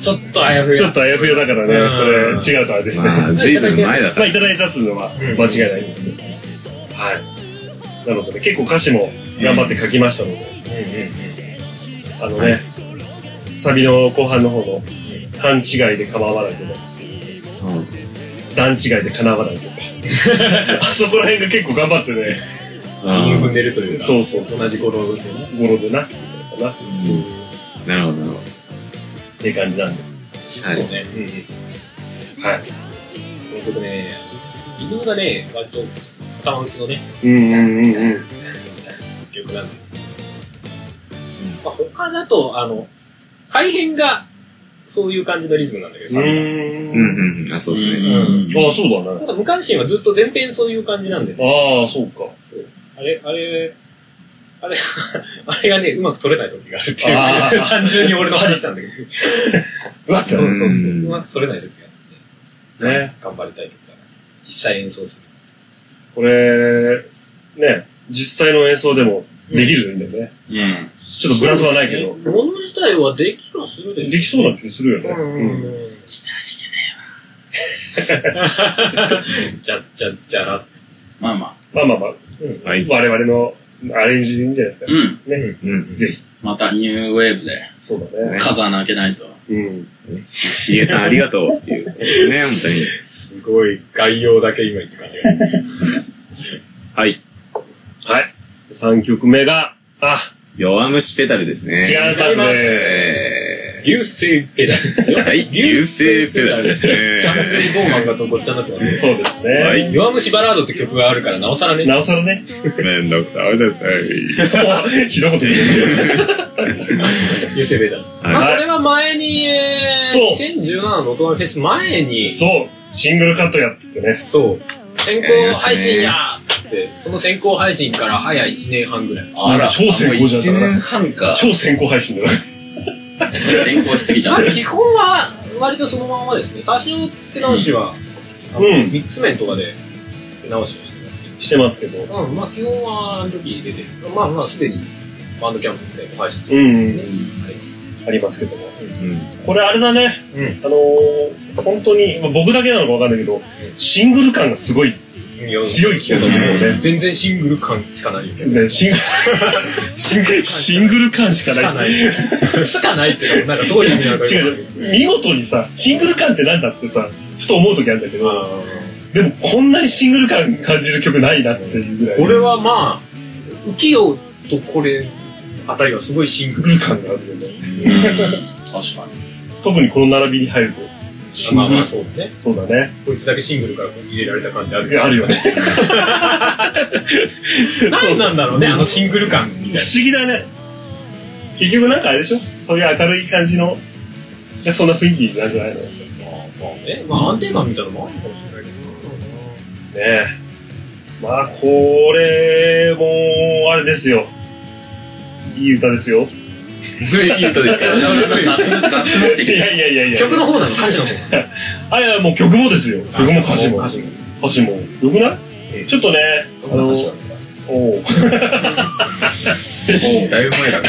[SPEAKER 1] ちょっとあやふ
[SPEAKER 4] け
[SPEAKER 1] や。
[SPEAKER 4] ちょっとあやふやだからね、
[SPEAKER 1] うん
[SPEAKER 4] これ違うとあれですね。
[SPEAKER 2] まあ、ずいぶん前だった。
[SPEAKER 4] まあ、いただいたっつうのは間違いないですね。はい。なので、ね、結構歌詞も頑張って書きましたので、あのね、サビの後半の方の、勘違いで構わないけど、段違いで叶わないとか、 あそこら辺が結構頑張ってね、
[SPEAKER 2] うん。
[SPEAKER 1] 踏んでるというか、
[SPEAKER 4] そうそうそう、
[SPEAKER 1] 同じ頃でね。
[SPEAKER 4] ゴロでな、みたいな、っ
[SPEAKER 2] なるほど、なるほど。
[SPEAKER 4] て感じなんで。
[SPEAKER 2] はい
[SPEAKER 1] そうね。
[SPEAKER 4] はい。
[SPEAKER 1] この曲ね、リズムがね、割と頭打ちのね、
[SPEAKER 4] うんうんうんうん。
[SPEAKER 1] 曲なんで。まあ、他だと、あの、改編が、そういう感じのリズムなんだけどさ。
[SPEAKER 2] う
[SPEAKER 4] うん。
[SPEAKER 2] ん、うん、あ、そうですね。
[SPEAKER 1] ん
[SPEAKER 4] ああ、そうだ
[SPEAKER 1] た
[SPEAKER 4] ね。
[SPEAKER 1] だ無関心はずっと前編そういう感じなんで、ね、
[SPEAKER 4] ああ、そうか。
[SPEAKER 1] そうあれ、あれ、あれ、 あれがね、うまく取れない時がある
[SPEAKER 4] あ
[SPEAKER 1] っていう。
[SPEAKER 4] ー
[SPEAKER 1] 単純に俺の話なんだけど。
[SPEAKER 4] うわっ
[SPEAKER 1] そうそうそう。
[SPEAKER 2] うん
[SPEAKER 1] うまく取れない時があって
[SPEAKER 4] ね。
[SPEAKER 1] 頑張りたい曲だから。実際演奏する。
[SPEAKER 4] これ、ね、実際の演奏でもできるんだよね。
[SPEAKER 3] うん。
[SPEAKER 4] ちょっとグラスはないけど。
[SPEAKER 1] もの自体はできはするで
[SPEAKER 4] で
[SPEAKER 1] しょ
[SPEAKER 4] きそうな気するよね。うん。
[SPEAKER 1] じゃじゃじゃら。
[SPEAKER 3] まあまあ。
[SPEAKER 4] まあまあまあ、
[SPEAKER 2] はい。
[SPEAKER 4] 我々のアレンジでいいんじゃないですか。
[SPEAKER 3] うん。
[SPEAKER 4] ね。
[SPEAKER 2] うん。
[SPEAKER 4] ぜひ。
[SPEAKER 3] またニューウェーブで
[SPEAKER 4] そうだね。
[SPEAKER 3] 数穴開けないと。
[SPEAKER 4] うん。
[SPEAKER 2] ヒゲさんありがとうっていうことですね、本当に。
[SPEAKER 1] すごい概要だけ今言って感じがする。
[SPEAKER 2] はい。
[SPEAKER 4] はい。3曲目が、あ、
[SPEAKER 2] 弱虫ペダルですね。
[SPEAKER 4] 違いますね。
[SPEAKER 2] え
[SPEAKER 1] 流星ペダルです
[SPEAKER 2] ー
[SPEAKER 1] よ。
[SPEAKER 2] はい、流星ペダルです
[SPEAKER 1] 完全に
[SPEAKER 2] ね。
[SPEAKER 1] ボーマンがとごっちゃになってますね。
[SPEAKER 4] そうですね。
[SPEAKER 2] はい
[SPEAKER 1] 弱虫バラードって曲があるからなおさらね。
[SPEAKER 4] なおさらね。
[SPEAKER 2] めんどくさいですね。
[SPEAKER 4] ひどいこと言う。
[SPEAKER 1] 流星ペダル。まあこれは前に、えー
[SPEAKER 4] そう
[SPEAKER 1] 2017の音楽フェス前に、
[SPEAKER 4] そう。シングルカットやっつってね。
[SPEAKER 1] そう。先行配信やーって、その先行配信から早1年半ぐらい。
[SPEAKER 3] あ
[SPEAKER 4] 超先行じゃん
[SPEAKER 3] もう一年半か。
[SPEAKER 4] 超先行配信だな。
[SPEAKER 3] 先行しすぎちゃ
[SPEAKER 1] ま
[SPEAKER 3] う
[SPEAKER 1] あ。基本は割とそのままですね。多少手直しは、あの
[SPEAKER 4] うん
[SPEAKER 1] ミックス面とかで手直しをしてますけ
[SPEAKER 4] してますけど。
[SPEAKER 1] ど。うん、まあ基本はあの時出てる。まあまあすでにバンドキャンプの全部配信し
[SPEAKER 4] う
[SPEAKER 1] てる
[SPEAKER 4] ん
[SPEAKER 1] ね。。あれです
[SPEAKER 4] ありますけども。
[SPEAKER 2] うん
[SPEAKER 4] これあれだね。
[SPEAKER 1] うん。
[SPEAKER 4] あのー、本当に、まあ僕だけなのかわかんないけど、シングル感がすごい強い気がするよね。
[SPEAKER 1] 全然シングル感しかないよね。
[SPEAKER 4] ねシングル、シングル、シングル感し
[SPEAKER 1] し
[SPEAKER 4] か
[SPEAKER 1] か
[SPEAKER 4] な。
[SPEAKER 1] ないい。しかないっていうのはなんかどういう意味なのかよくわかんない。
[SPEAKER 4] 違う違う。見事にさ、シングル感ってなんだってさ、ふと思う時あるんだけど、でもこんなにシングル感感じる曲ないなっていうぐらい。
[SPEAKER 1] これはまあ、浮世とこれあたりはすごいシングル
[SPEAKER 4] シングル感があるんですよね。
[SPEAKER 3] 確かに。
[SPEAKER 4] 特にこの並びに入ると。
[SPEAKER 1] まあまあそうね。
[SPEAKER 4] そうだね。
[SPEAKER 1] こいつだけシングルから入れられた感じある
[SPEAKER 4] いやあるよね。
[SPEAKER 1] 何なんだろうね、あのシングル感みたい
[SPEAKER 4] 不思議だね。結局なんかあれでしょそういう明るい感じの、いやそんな雰囲気なんじゃないのね
[SPEAKER 1] な。まあね、まあ安定感みたいなのもあるのかもしれないけど
[SPEAKER 4] え。まあ、これも、あれですよ。いい歌ですよ。
[SPEAKER 2] いい歌ですよ。
[SPEAKER 3] 雑雑なって
[SPEAKER 4] い
[SPEAKER 3] き
[SPEAKER 4] やいやいやいや。
[SPEAKER 1] な。曲の方なの歌詞の方。
[SPEAKER 4] あ、いや、もう曲もですよ。曲も歌詞も。
[SPEAKER 1] 歌詞も。
[SPEAKER 4] 歌詞も。よくないちょっとね、あの、 おう
[SPEAKER 2] もうだいぶ前だから。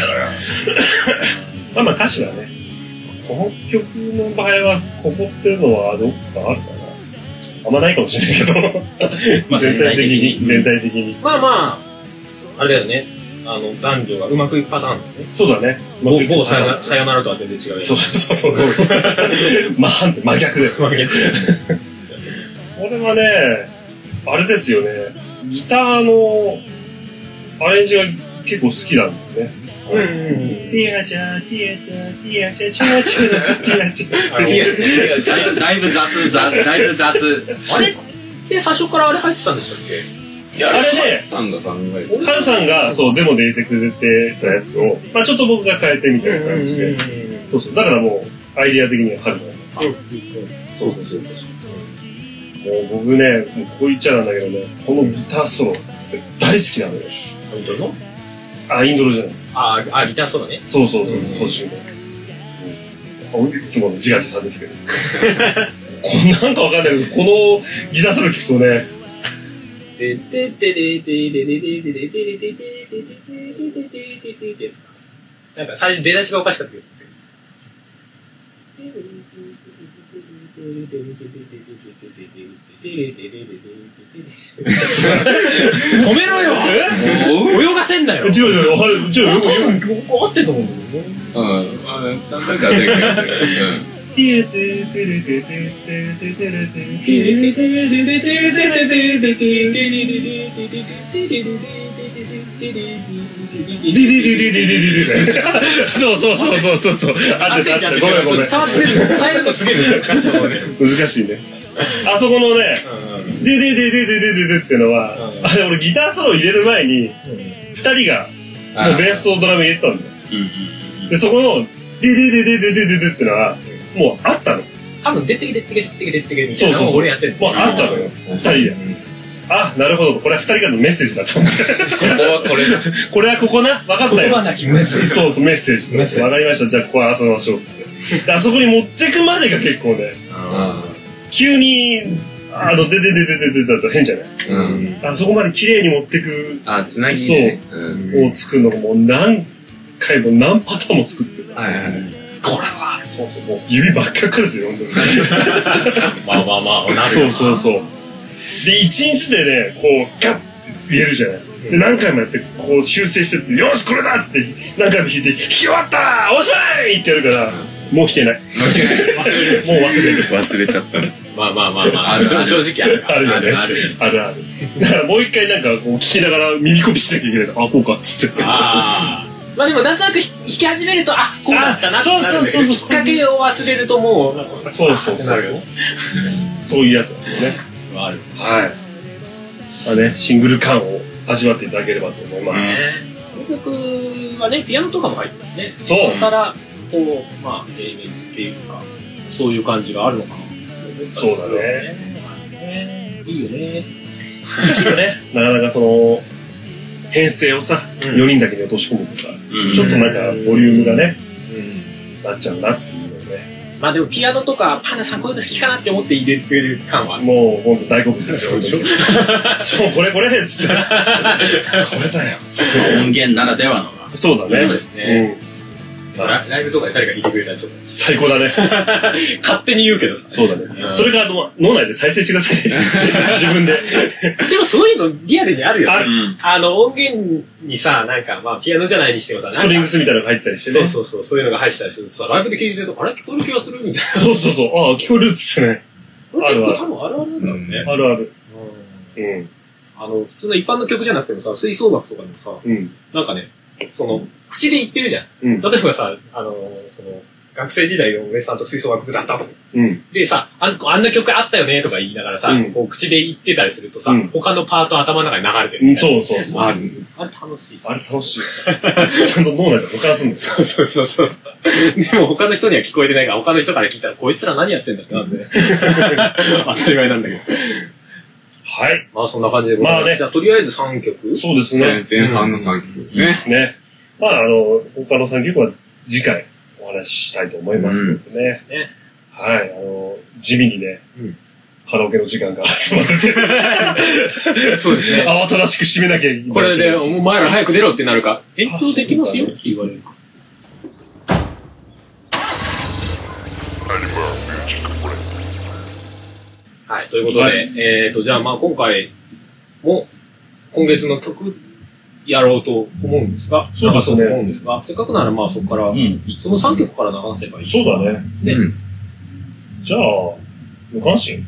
[SPEAKER 4] まあまあ歌詞はね、この曲の場合は、ここっていうのはどっかあるかな。あんまないかもしれない けど。
[SPEAKER 3] まあ
[SPEAKER 4] 全体的に、全
[SPEAKER 3] 全
[SPEAKER 4] 体的に。
[SPEAKER 1] まあまあ、あれだよね。あの、男女がうまくいくパターンだね。
[SPEAKER 4] そうだね。
[SPEAKER 1] 某某さよなさよならとは全然違うよ。
[SPEAKER 4] そうそうそうそう。 まあ、真逆で。
[SPEAKER 1] まあ逆に
[SPEAKER 4] これはね、あれですよね。ギターのアレンジが結構好きなんだよね。
[SPEAKER 1] うんうんうん。
[SPEAKER 4] ティアチャー、ティアチャー、ティアチャー、チャーチャーチャー、ティアチャー。
[SPEAKER 3] だいぶだいぶ雑雑だいぶ雑
[SPEAKER 1] あれって最初からあれ入ってたんでしたっ
[SPEAKER 2] いや、
[SPEAKER 4] あれね
[SPEAKER 2] ハッさんが考えて
[SPEAKER 4] ハルさんが、そう、デモで入れてくれてたやつを、まあちょっと僕が変えてみたいな感じで。そうそう。だからもう、アイディア的にはハルさん。
[SPEAKER 2] そうそうそうそう。
[SPEAKER 4] もう僕ね、もうこう言っちゃなんだけどね、このギターソロ、大好きなのよ。
[SPEAKER 1] け本当の
[SPEAKER 4] あ、インドロじゃない。
[SPEAKER 1] あーあ、ギターそうだね。
[SPEAKER 4] そうそうそう
[SPEAKER 1] うん、
[SPEAKER 4] 途中で。うんいつもの自画自賛 ですけど。こんなんかわかんないけど、このギターソロ聞くとね、
[SPEAKER 1] でででででででででででででででででででですか。なんか最初出だしがおかしかったです。止めろよ泳がせんなよ
[SPEAKER 4] 違う違う、あれ、違う、よくよく。
[SPEAKER 1] 多分合ってると思うんだよね。
[SPEAKER 2] うん。あなんとなく当たる気がする。うん。
[SPEAKER 4] そうそうそうそうそうそう。あってたあってごめんごめん。
[SPEAKER 1] 触ってる伝えるのすげえ難しいと思うね
[SPEAKER 4] 難しいね。あそこのね、ででででででででってのは、あれ俺ギターソロ入れる前に、二人がもうベースとドラム入れてたんだよ。で、そこの、ででででででででってのは、もうあったの。
[SPEAKER 1] 多分出てけ出てけ出てけ出てけみたいなのを俺やってる
[SPEAKER 4] もうあったのよ。二人で。あ、なるほど。これは二人からのメッセージだと思って。
[SPEAKER 2] ここはこれだ。
[SPEAKER 4] これはここな。分かったよ。
[SPEAKER 1] 言葉なきメッセージ
[SPEAKER 4] そうそう、メッセージ
[SPEAKER 1] メッセージ
[SPEAKER 4] と。わかりました。じゃあ、ここは遊びましょう。つって。であそこに持ってくまでが結構ね、急に、あの、ででででででだと変じゃない
[SPEAKER 2] うん。うん。
[SPEAKER 4] あそこまで綺麗に持ってく
[SPEAKER 2] あ、つなぎね。うん。
[SPEAKER 4] を作るのがもう何回も何パターンも作ってさ。
[SPEAKER 2] はいはい。
[SPEAKER 1] これは
[SPEAKER 4] そうそう、もう指ばっかくですよ、本当に。
[SPEAKER 1] まあまあまあなる
[SPEAKER 4] そ
[SPEAKER 1] よ
[SPEAKER 4] うそうそう。で、一日でね、こう、ガッて入れるじゃない。で、何回もやって、こう、修正してって、よし、これだっつって、何回も弾いて、弾き終わったおしまいってやるから、もう弾けない。もう 忘れてる。
[SPEAKER 2] 忘れちゃった。
[SPEAKER 1] まあまあまあまあ
[SPEAKER 2] あるある
[SPEAKER 1] 正直ある
[SPEAKER 4] あるよね
[SPEAKER 1] ある
[SPEAKER 4] あるある。だからもう一回なんか、こう、聞きながら耳コピしなきゃいけないの。あ、こうかっつって。
[SPEAKER 1] ああまあでもなんとなく弾き始めるとあこうだったなってな
[SPEAKER 4] そ
[SPEAKER 1] る
[SPEAKER 4] う
[SPEAKER 1] んだけ
[SPEAKER 4] そ
[SPEAKER 1] ど
[SPEAKER 4] うそうそう。
[SPEAKER 1] きっかけを忘れるともう
[SPEAKER 4] そうそうそうそう。そういうやつなんだよね。
[SPEAKER 1] ある
[SPEAKER 4] はい。まあね、シングル感を味わっていただければと思います。
[SPEAKER 1] この曲はねピアノとかも入ってますね
[SPEAKER 4] そう
[SPEAKER 1] なおさらこうまあ A 面っていうかそういう感じがあるのかなと思ったりするよ
[SPEAKER 4] そうだね
[SPEAKER 1] ねいいよね
[SPEAKER 4] ちょっとね、なかなかその、編成をさ、
[SPEAKER 1] うん
[SPEAKER 4] 4人だけに落とし込むとか、
[SPEAKER 2] うん
[SPEAKER 4] ちょっとなんかボリュームがね、
[SPEAKER 1] うん
[SPEAKER 4] なっちゃうなっていうのでね、
[SPEAKER 1] まあでもピアノとかパンダさんこういうの好きかなって思って入れてくれる感はある
[SPEAKER 4] もうほんと大好物ですよ。
[SPEAKER 1] そうで
[SPEAKER 4] そう、これこれっつって。これだよ。つっ
[SPEAKER 3] 音源ならではのが
[SPEAKER 4] てそうだね。
[SPEAKER 1] そうですね
[SPEAKER 4] うん
[SPEAKER 1] ラライブとかで誰か弾いてくれたらちょっと
[SPEAKER 4] 最高だね。
[SPEAKER 1] 勝手に言うけどさ
[SPEAKER 4] そうだね。それからあの脳内で再生してくださ い。自分で。
[SPEAKER 1] でもそういうのリアルにあるよ
[SPEAKER 4] あ
[SPEAKER 1] ね
[SPEAKER 4] る
[SPEAKER 1] あの音源にさなんかまあピアノじゃないにしてもさなんか
[SPEAKER 4] ストリングスみたいなのが入ったりして
[SPEAKER 1] そう
[SPEAKER 4] ね。
[SPEAKER 1] そうそうそういうのが入ってたりするとさライブで聴いてるとあれ聞こえる気がするみたいな
[SPEAKER 4] そうそうそう。ああ、聞こえるっつってね。
[SPEAKER 1] これ結構多分あるあるなんだろうね。
[SPEAKER 4] あるある。うん。
[SPEAKER 1] あの、普通の一般の曲じゃなくてもさ、吹奏楽とかでもさ、
[SPEAKER 4] うん。
[SPEAKER 1] なんかね、その、口で言ってるじゃん。
[SPEAKER 4] うん
[SPEAKER 1] 例えばさ、あの、その、学生時代の上さんと吹奏楽部だったと。
[SPEAKER 4] うん。
[SPEAKER 1] でさあん、あんな曲あったよねとか言いながらさ、
[SPEAKER 4] うん
[SPEAKER 1] こう口で言ってたりするとさ、
[SPEAKER 4] うん
[SPEAKER 1] 他のパート頭の中に流れてる
[SPEAKER 4] う
[SPEAKER 1] み
[SPEAKER 4] ん。
[SPEAKER 1] たい
[SPEAKER 4] そうそうそう。
[SPEAKER 1] な。
[SPEAKER 4] あ
[SPEAKER 1] ある。あれ楽しい。
[SPEAKER 4] れ楽しい。ちゃんと脳内で保管するんですよ。
[SPEAKER 1] そうそうそうそうそう。でも他の人には聞こえてないから、他の人から聞いたら、こいつら何やってんだってなんで。当たり前なんだけど。
[SPEAKER 4] はい。
[SPEAKER 1] まあそんな感じでございます
[SPEAKER 4] まあね
[SPEAKER 1] じゃあとりあえず3曲
[SPEAKER 4] そうです
[SPEAKER 2] 前
[SPEAKER 4] ね。
[SPEAKER 2] 前半の3曲ですね。
[SPEAKER 4] ね。まあ、あの、他の3曲は次回お話ししたいと思いますのでね。
[SPEAKER 1] ね。
[SPEAKER 4] はい。あの、地味にね
[SPEAKER 1] うん、
[SPEAKER 4] カラオケの時間が集まってて、
[SPEAKER 1] そうですね。
[SPEAKER 4] 慌ただしく締めなきゃいけない。
[SPEAKER 1] これで、お前ら早く出ろってなるか、延長できますよって言われるか。はい、ということで、
[SPEAKER 4] はい
[SPEAKER 1] えっ、と、じゃあまあ今回も、今月の曲やろうと思うんですが、
[SPEAKER 4] そうですね
[SPEAKER 1] 流と思うんですが、せっかくならまあそこから、
[SPEAKER 3] ん。
[SPEAKER 1] その3曲から流せばいい。
[SPEAKER 4] そうだね。
[SPEAKER 1] ね
[SPEAKER 2] うん。
[SPEAKER 4] じゃあ、無関心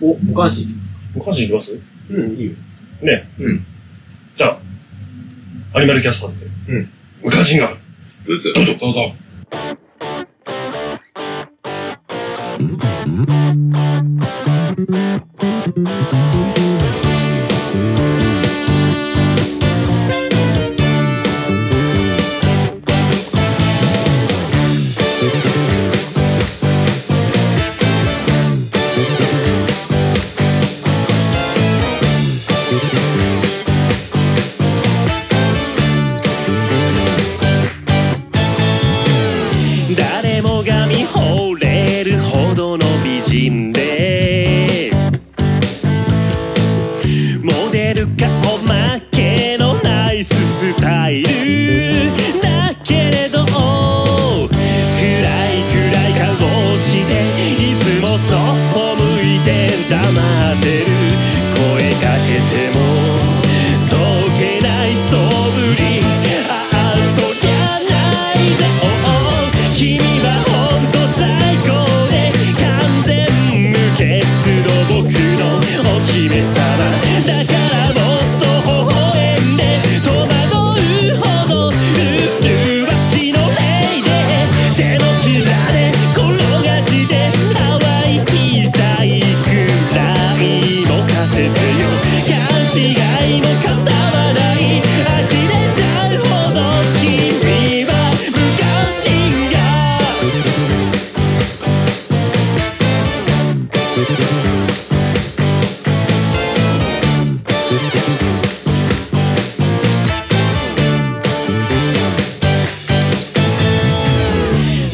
[SPEAKER 1] お、無関心いきますか。
[SPEAKER 4] 無関心いきます
[SPEAKER 1] うん、いいよ。
[SPEAKER 4] ね。
[SPEAKER 2] うん。
[SPEAKER 4] じゃあ、アニマルキャスターズで。
[SPEAKER 1] うん。
[SPEAKER 4] 無関心がある。
[SPEAKER 2] どうぞ。
[SPEAKER 4] どうぞ、どうぞ。
[SPEAKER 12] 誰もが見惚れるほどの美人でモデル顔負けのナイススタイルだけれど暗い暗い顔していつもそっぽ向いて黙ってる声かけてもそけないそぶりああそりゃないぜおう君は本当最高で完全無欠の僕のお姫様だからもっと微笑んで戸惑うほど麗しの霊で手のひらで転がして淡い期待くらい任せてよ勘違いもかなわない呆れちゃうほど君は無関心が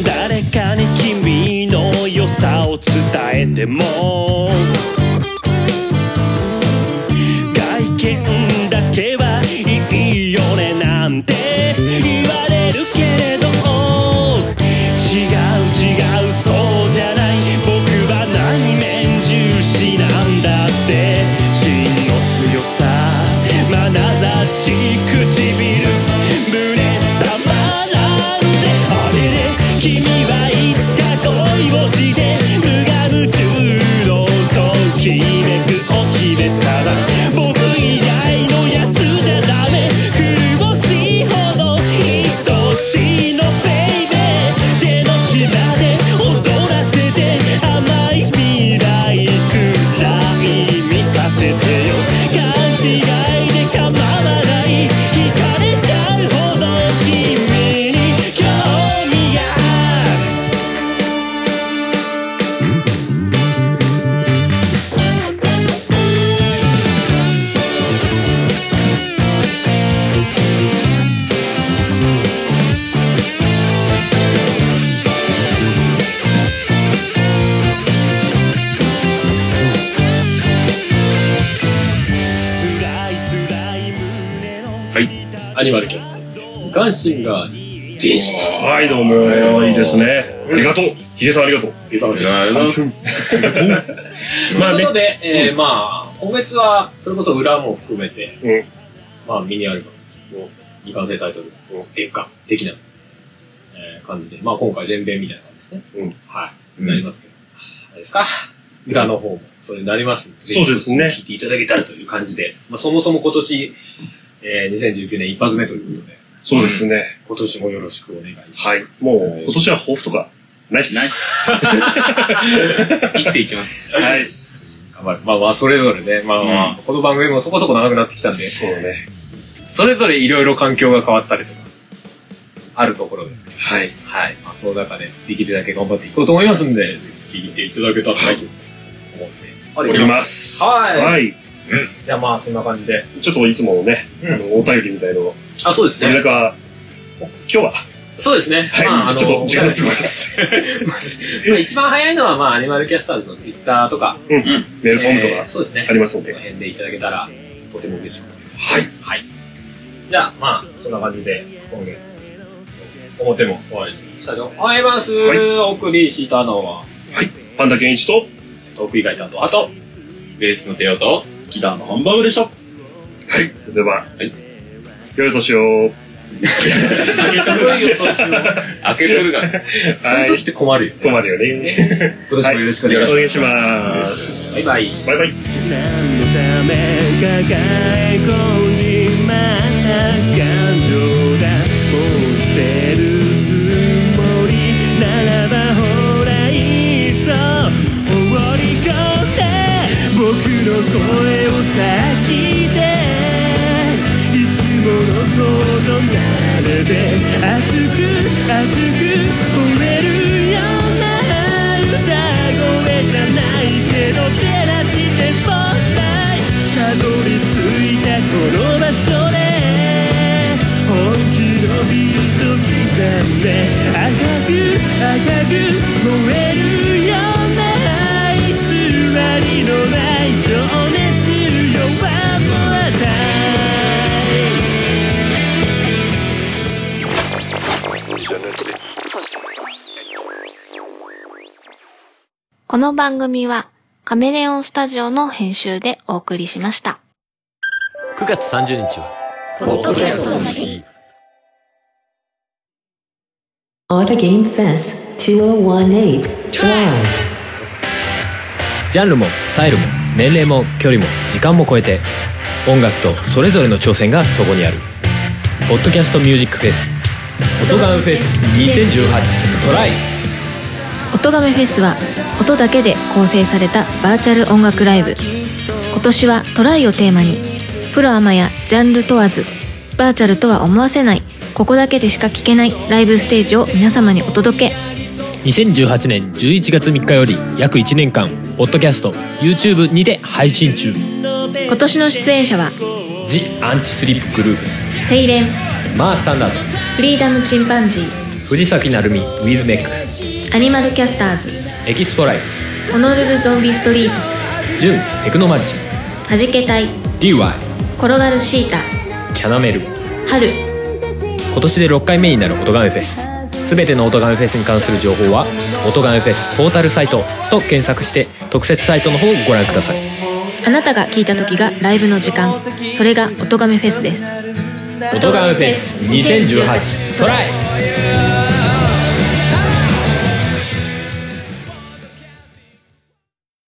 [SPEAKER 12] 誰かに君の良さを伝えても外見だけはいいよねなんて言われるけれど違う違うそうじゃない僕は内面重視なんだって真の強さ眼差し唇胸たまらんぜあれれ君はいつか恋をして無我夢中のときめくお姫様僕以外のやつじゃダメ苦しいほど愛しいのベイベー手のひらで踊らせて甘い未来くらい見させてよ勘違いで構わない惹かれちゃうほど君に興味がある辛い辛い胸のはい
[SPEAKER 1] アニマルキャスターズ無関心が、
[SPEAKER 2] でした。
[SPEAKER 4] はい、どうも。いいですね。ありがとう。ヒゲさんありがとう。
[SPEAKER 1] いざ
[SPEAKER 2] ありがとうございます。
[SPEAKER 1] ということで、えーまあ、今月は、それこそ裏も含めて、
[SPEAKER 4] うん
[SPEAKER 1] まあ、ミニアルバムの未完成タイトルの月間的な、えー感じで、まあ、今回全米みたいな感じですね。
[SPEAKER 4] うん
[SPEAKER 1] はい。
[SPEAKER 2] うん
[SPEAKER 1] なりますけど。あれですか裏の方も、それになりますので、
[SPEAKER 4] そうですね
[SPEAKER 1] ぜひ聞いていただけたらという感じで、まあ、そもそも今年、えー、2019年一発目ということで、
[SPEAKER 4] そうですね。
[SPEAKER 1] 今年もよろしくお願いします。
[SPEAKER 4] はい。もう、今年は抱負とか、ないっす。
[SPEAKER 3] ナイス。生きていきます。
[SPEAKER 4] はい。
[SPEAKER 1] 頑張るまあまあ、それぞれね、まあまあ、
[SPEAKER 3] うん
[SPEAKER 1] この番組もそこそこ長くなってきたんで、
[SPEAKER 4] そうね。
[SPEAKER 1] それぞれいろいろ環境が変わったりとか、あるところですけど、
[SPEAKER 4] はい。
[SPEAKER 1] はい。まあ、その中で、できるだけ頑張っていこうと思いますんで、ぜひ聞いていただけたらと思って
[SPEAKER 4] おります。
[SPEAKER 1] はい
[SPEAKER 4] はい。
[SPEAKER 1] いや、まあ、そんな感じで。
[SPEAKER 4] ちょっといつものね、あのお便りみたいのを、
[SPEAKER 1] あ、そうです
[SPEAKER 4] なかな
[SPEAKER 1] ね。
[SPEAKER 4] か、今日は、
[SPEAKER 1] そうですね。まあ、
[SPEAKER 4] は
[SPEAKER 1] あの、
[SPEAKER 4] い。ちょっと時間が過ぎま。
[SPEAKER 1] ますあ 一番早いのは、まあ、アニマルキャスターズのツイッターとか、
[SPEAKER 4] メールフォームと
[SPEAKER 1] えー
[SPEAKER 4] か
[SPEAKER 1] そうですね。
[SPEAKER 4] ありますの
[SPEAKER 1] こ
[SPEAKER 4] で。
[SPEAKER 1] の
[SPEAKER 4] はい。
[SPEAKER 1] 辺でいただけたら、とても嬉しいです。はい。はい。じゃあ、まあ、そんな感じで、今月、表も終わりにしたいと思います。
[SPEAKER 4] い
[SPEAKER 1] お送りしたのは、
[SPEAKER 4] パンダケンイチと、
[SPEAKER 1] トーク以外担当、あと、
[SPEAKER 2] ベースの手オと、
[SPEAKER 3] ギターのハンバーグでした。
[SPEAKER 4] はい。それでは、
[SPEAKER 2] い
[SPEAKER 4] 良いお年を。
[SPEAKER 2] 明け取るが、
[SPEAKER 1] そういう時って困るよね。
[SPEAKER 4] 困るよね。
[SPEAKER 1] 今年もよろしくお
[SPEAKER 4] よ
[SPEAKER 1] 願
[SPEAKER 4] ろ
[SPEAKER 1] い
[SPEAKER 4] し
[SPEAKER 1] し
[SPEAKER 4] くお
[SPEAKER 1] ま
[SPEAKER 4] 願いします。
[SPEAKER 1] す。バイバイ。
[SPEAKER 4] バイバイ。
[SPEAKER 12] 何のため抱え込んじまった感情だもう捨てるつもりならばほらいっそ放り込んで僕の声を先でいつものことなれで熱く熱く吠えるような歌声じゃないけど照らしてスポッライたどり着いたこの場所で本気のビート刻んで赤く赤く燃えるような偽りのない情熱よワンモアタイム
[SPEAKER 13] この番組はカメレオンスタジオの編集でお送りしました。
[SPEAKER 14] 9月30日は、
[SPEAKER 15] ポッドキャストの日
[SPEAKER 16] Auto Game Fest 2018 Try.
[SPEAKER 14] ジャンルもスタイルも年齢も距離も時間も超えて、音楽とそれぞれの挑戦がそこにある。ポッドキャストミュージックフェス、音ガンフェス2018トライ
[SPEAKER 17] 音亀フェスは音だけで構成されたバーチャル音楽ライブ今年はトライをテーマにプロアマやジャンル問わずバーチャルとは思わせないここだけでしか聴けないライブステージを皆様にお届け
[SPEAKER 14] !2018 年11月3日より約1年間、ポッドキャスト、YouTube にて配信中。
[SPEAKER 17] 今年の出演者は
[SPEAKER 14] ジ・アンチスリップグループ、
[SPEAKER 17] セイレン
[SPEAKER 14] マースタンダード、
[SPEAKER 17] フリーダムチンパンジー
[SPEAKER 14] 藤崎成美、ウィズメック、
[SPEAKER 17] アニマルキャスターズ
[SPEAKER 14] エキストライツ、
[SPEAKER 17] ホノルルゾンビストリーツ
[SPEAKER 14] ジュン、テクノマジッ
[SPEAKER 17] はじけたい
[SPEAKER 14] ク、DY、
[SPEAKER 17] 転がるシータ
[SPEAKER 14] キャナメル、
[SPEAKER 17] 春
[SPEAKER 14] 今年で6回目になる音ガメフェスすべての音ガメフェスに関する情報は「音ガメフェスポータルサイト」と検索して特設サイトの方をご覧ください
[SPEAKER 17] あなたが聴いた時がライブの時間それが音亀フェスです
[SPEAKER 14] 「音ガメフェス2018トライ!」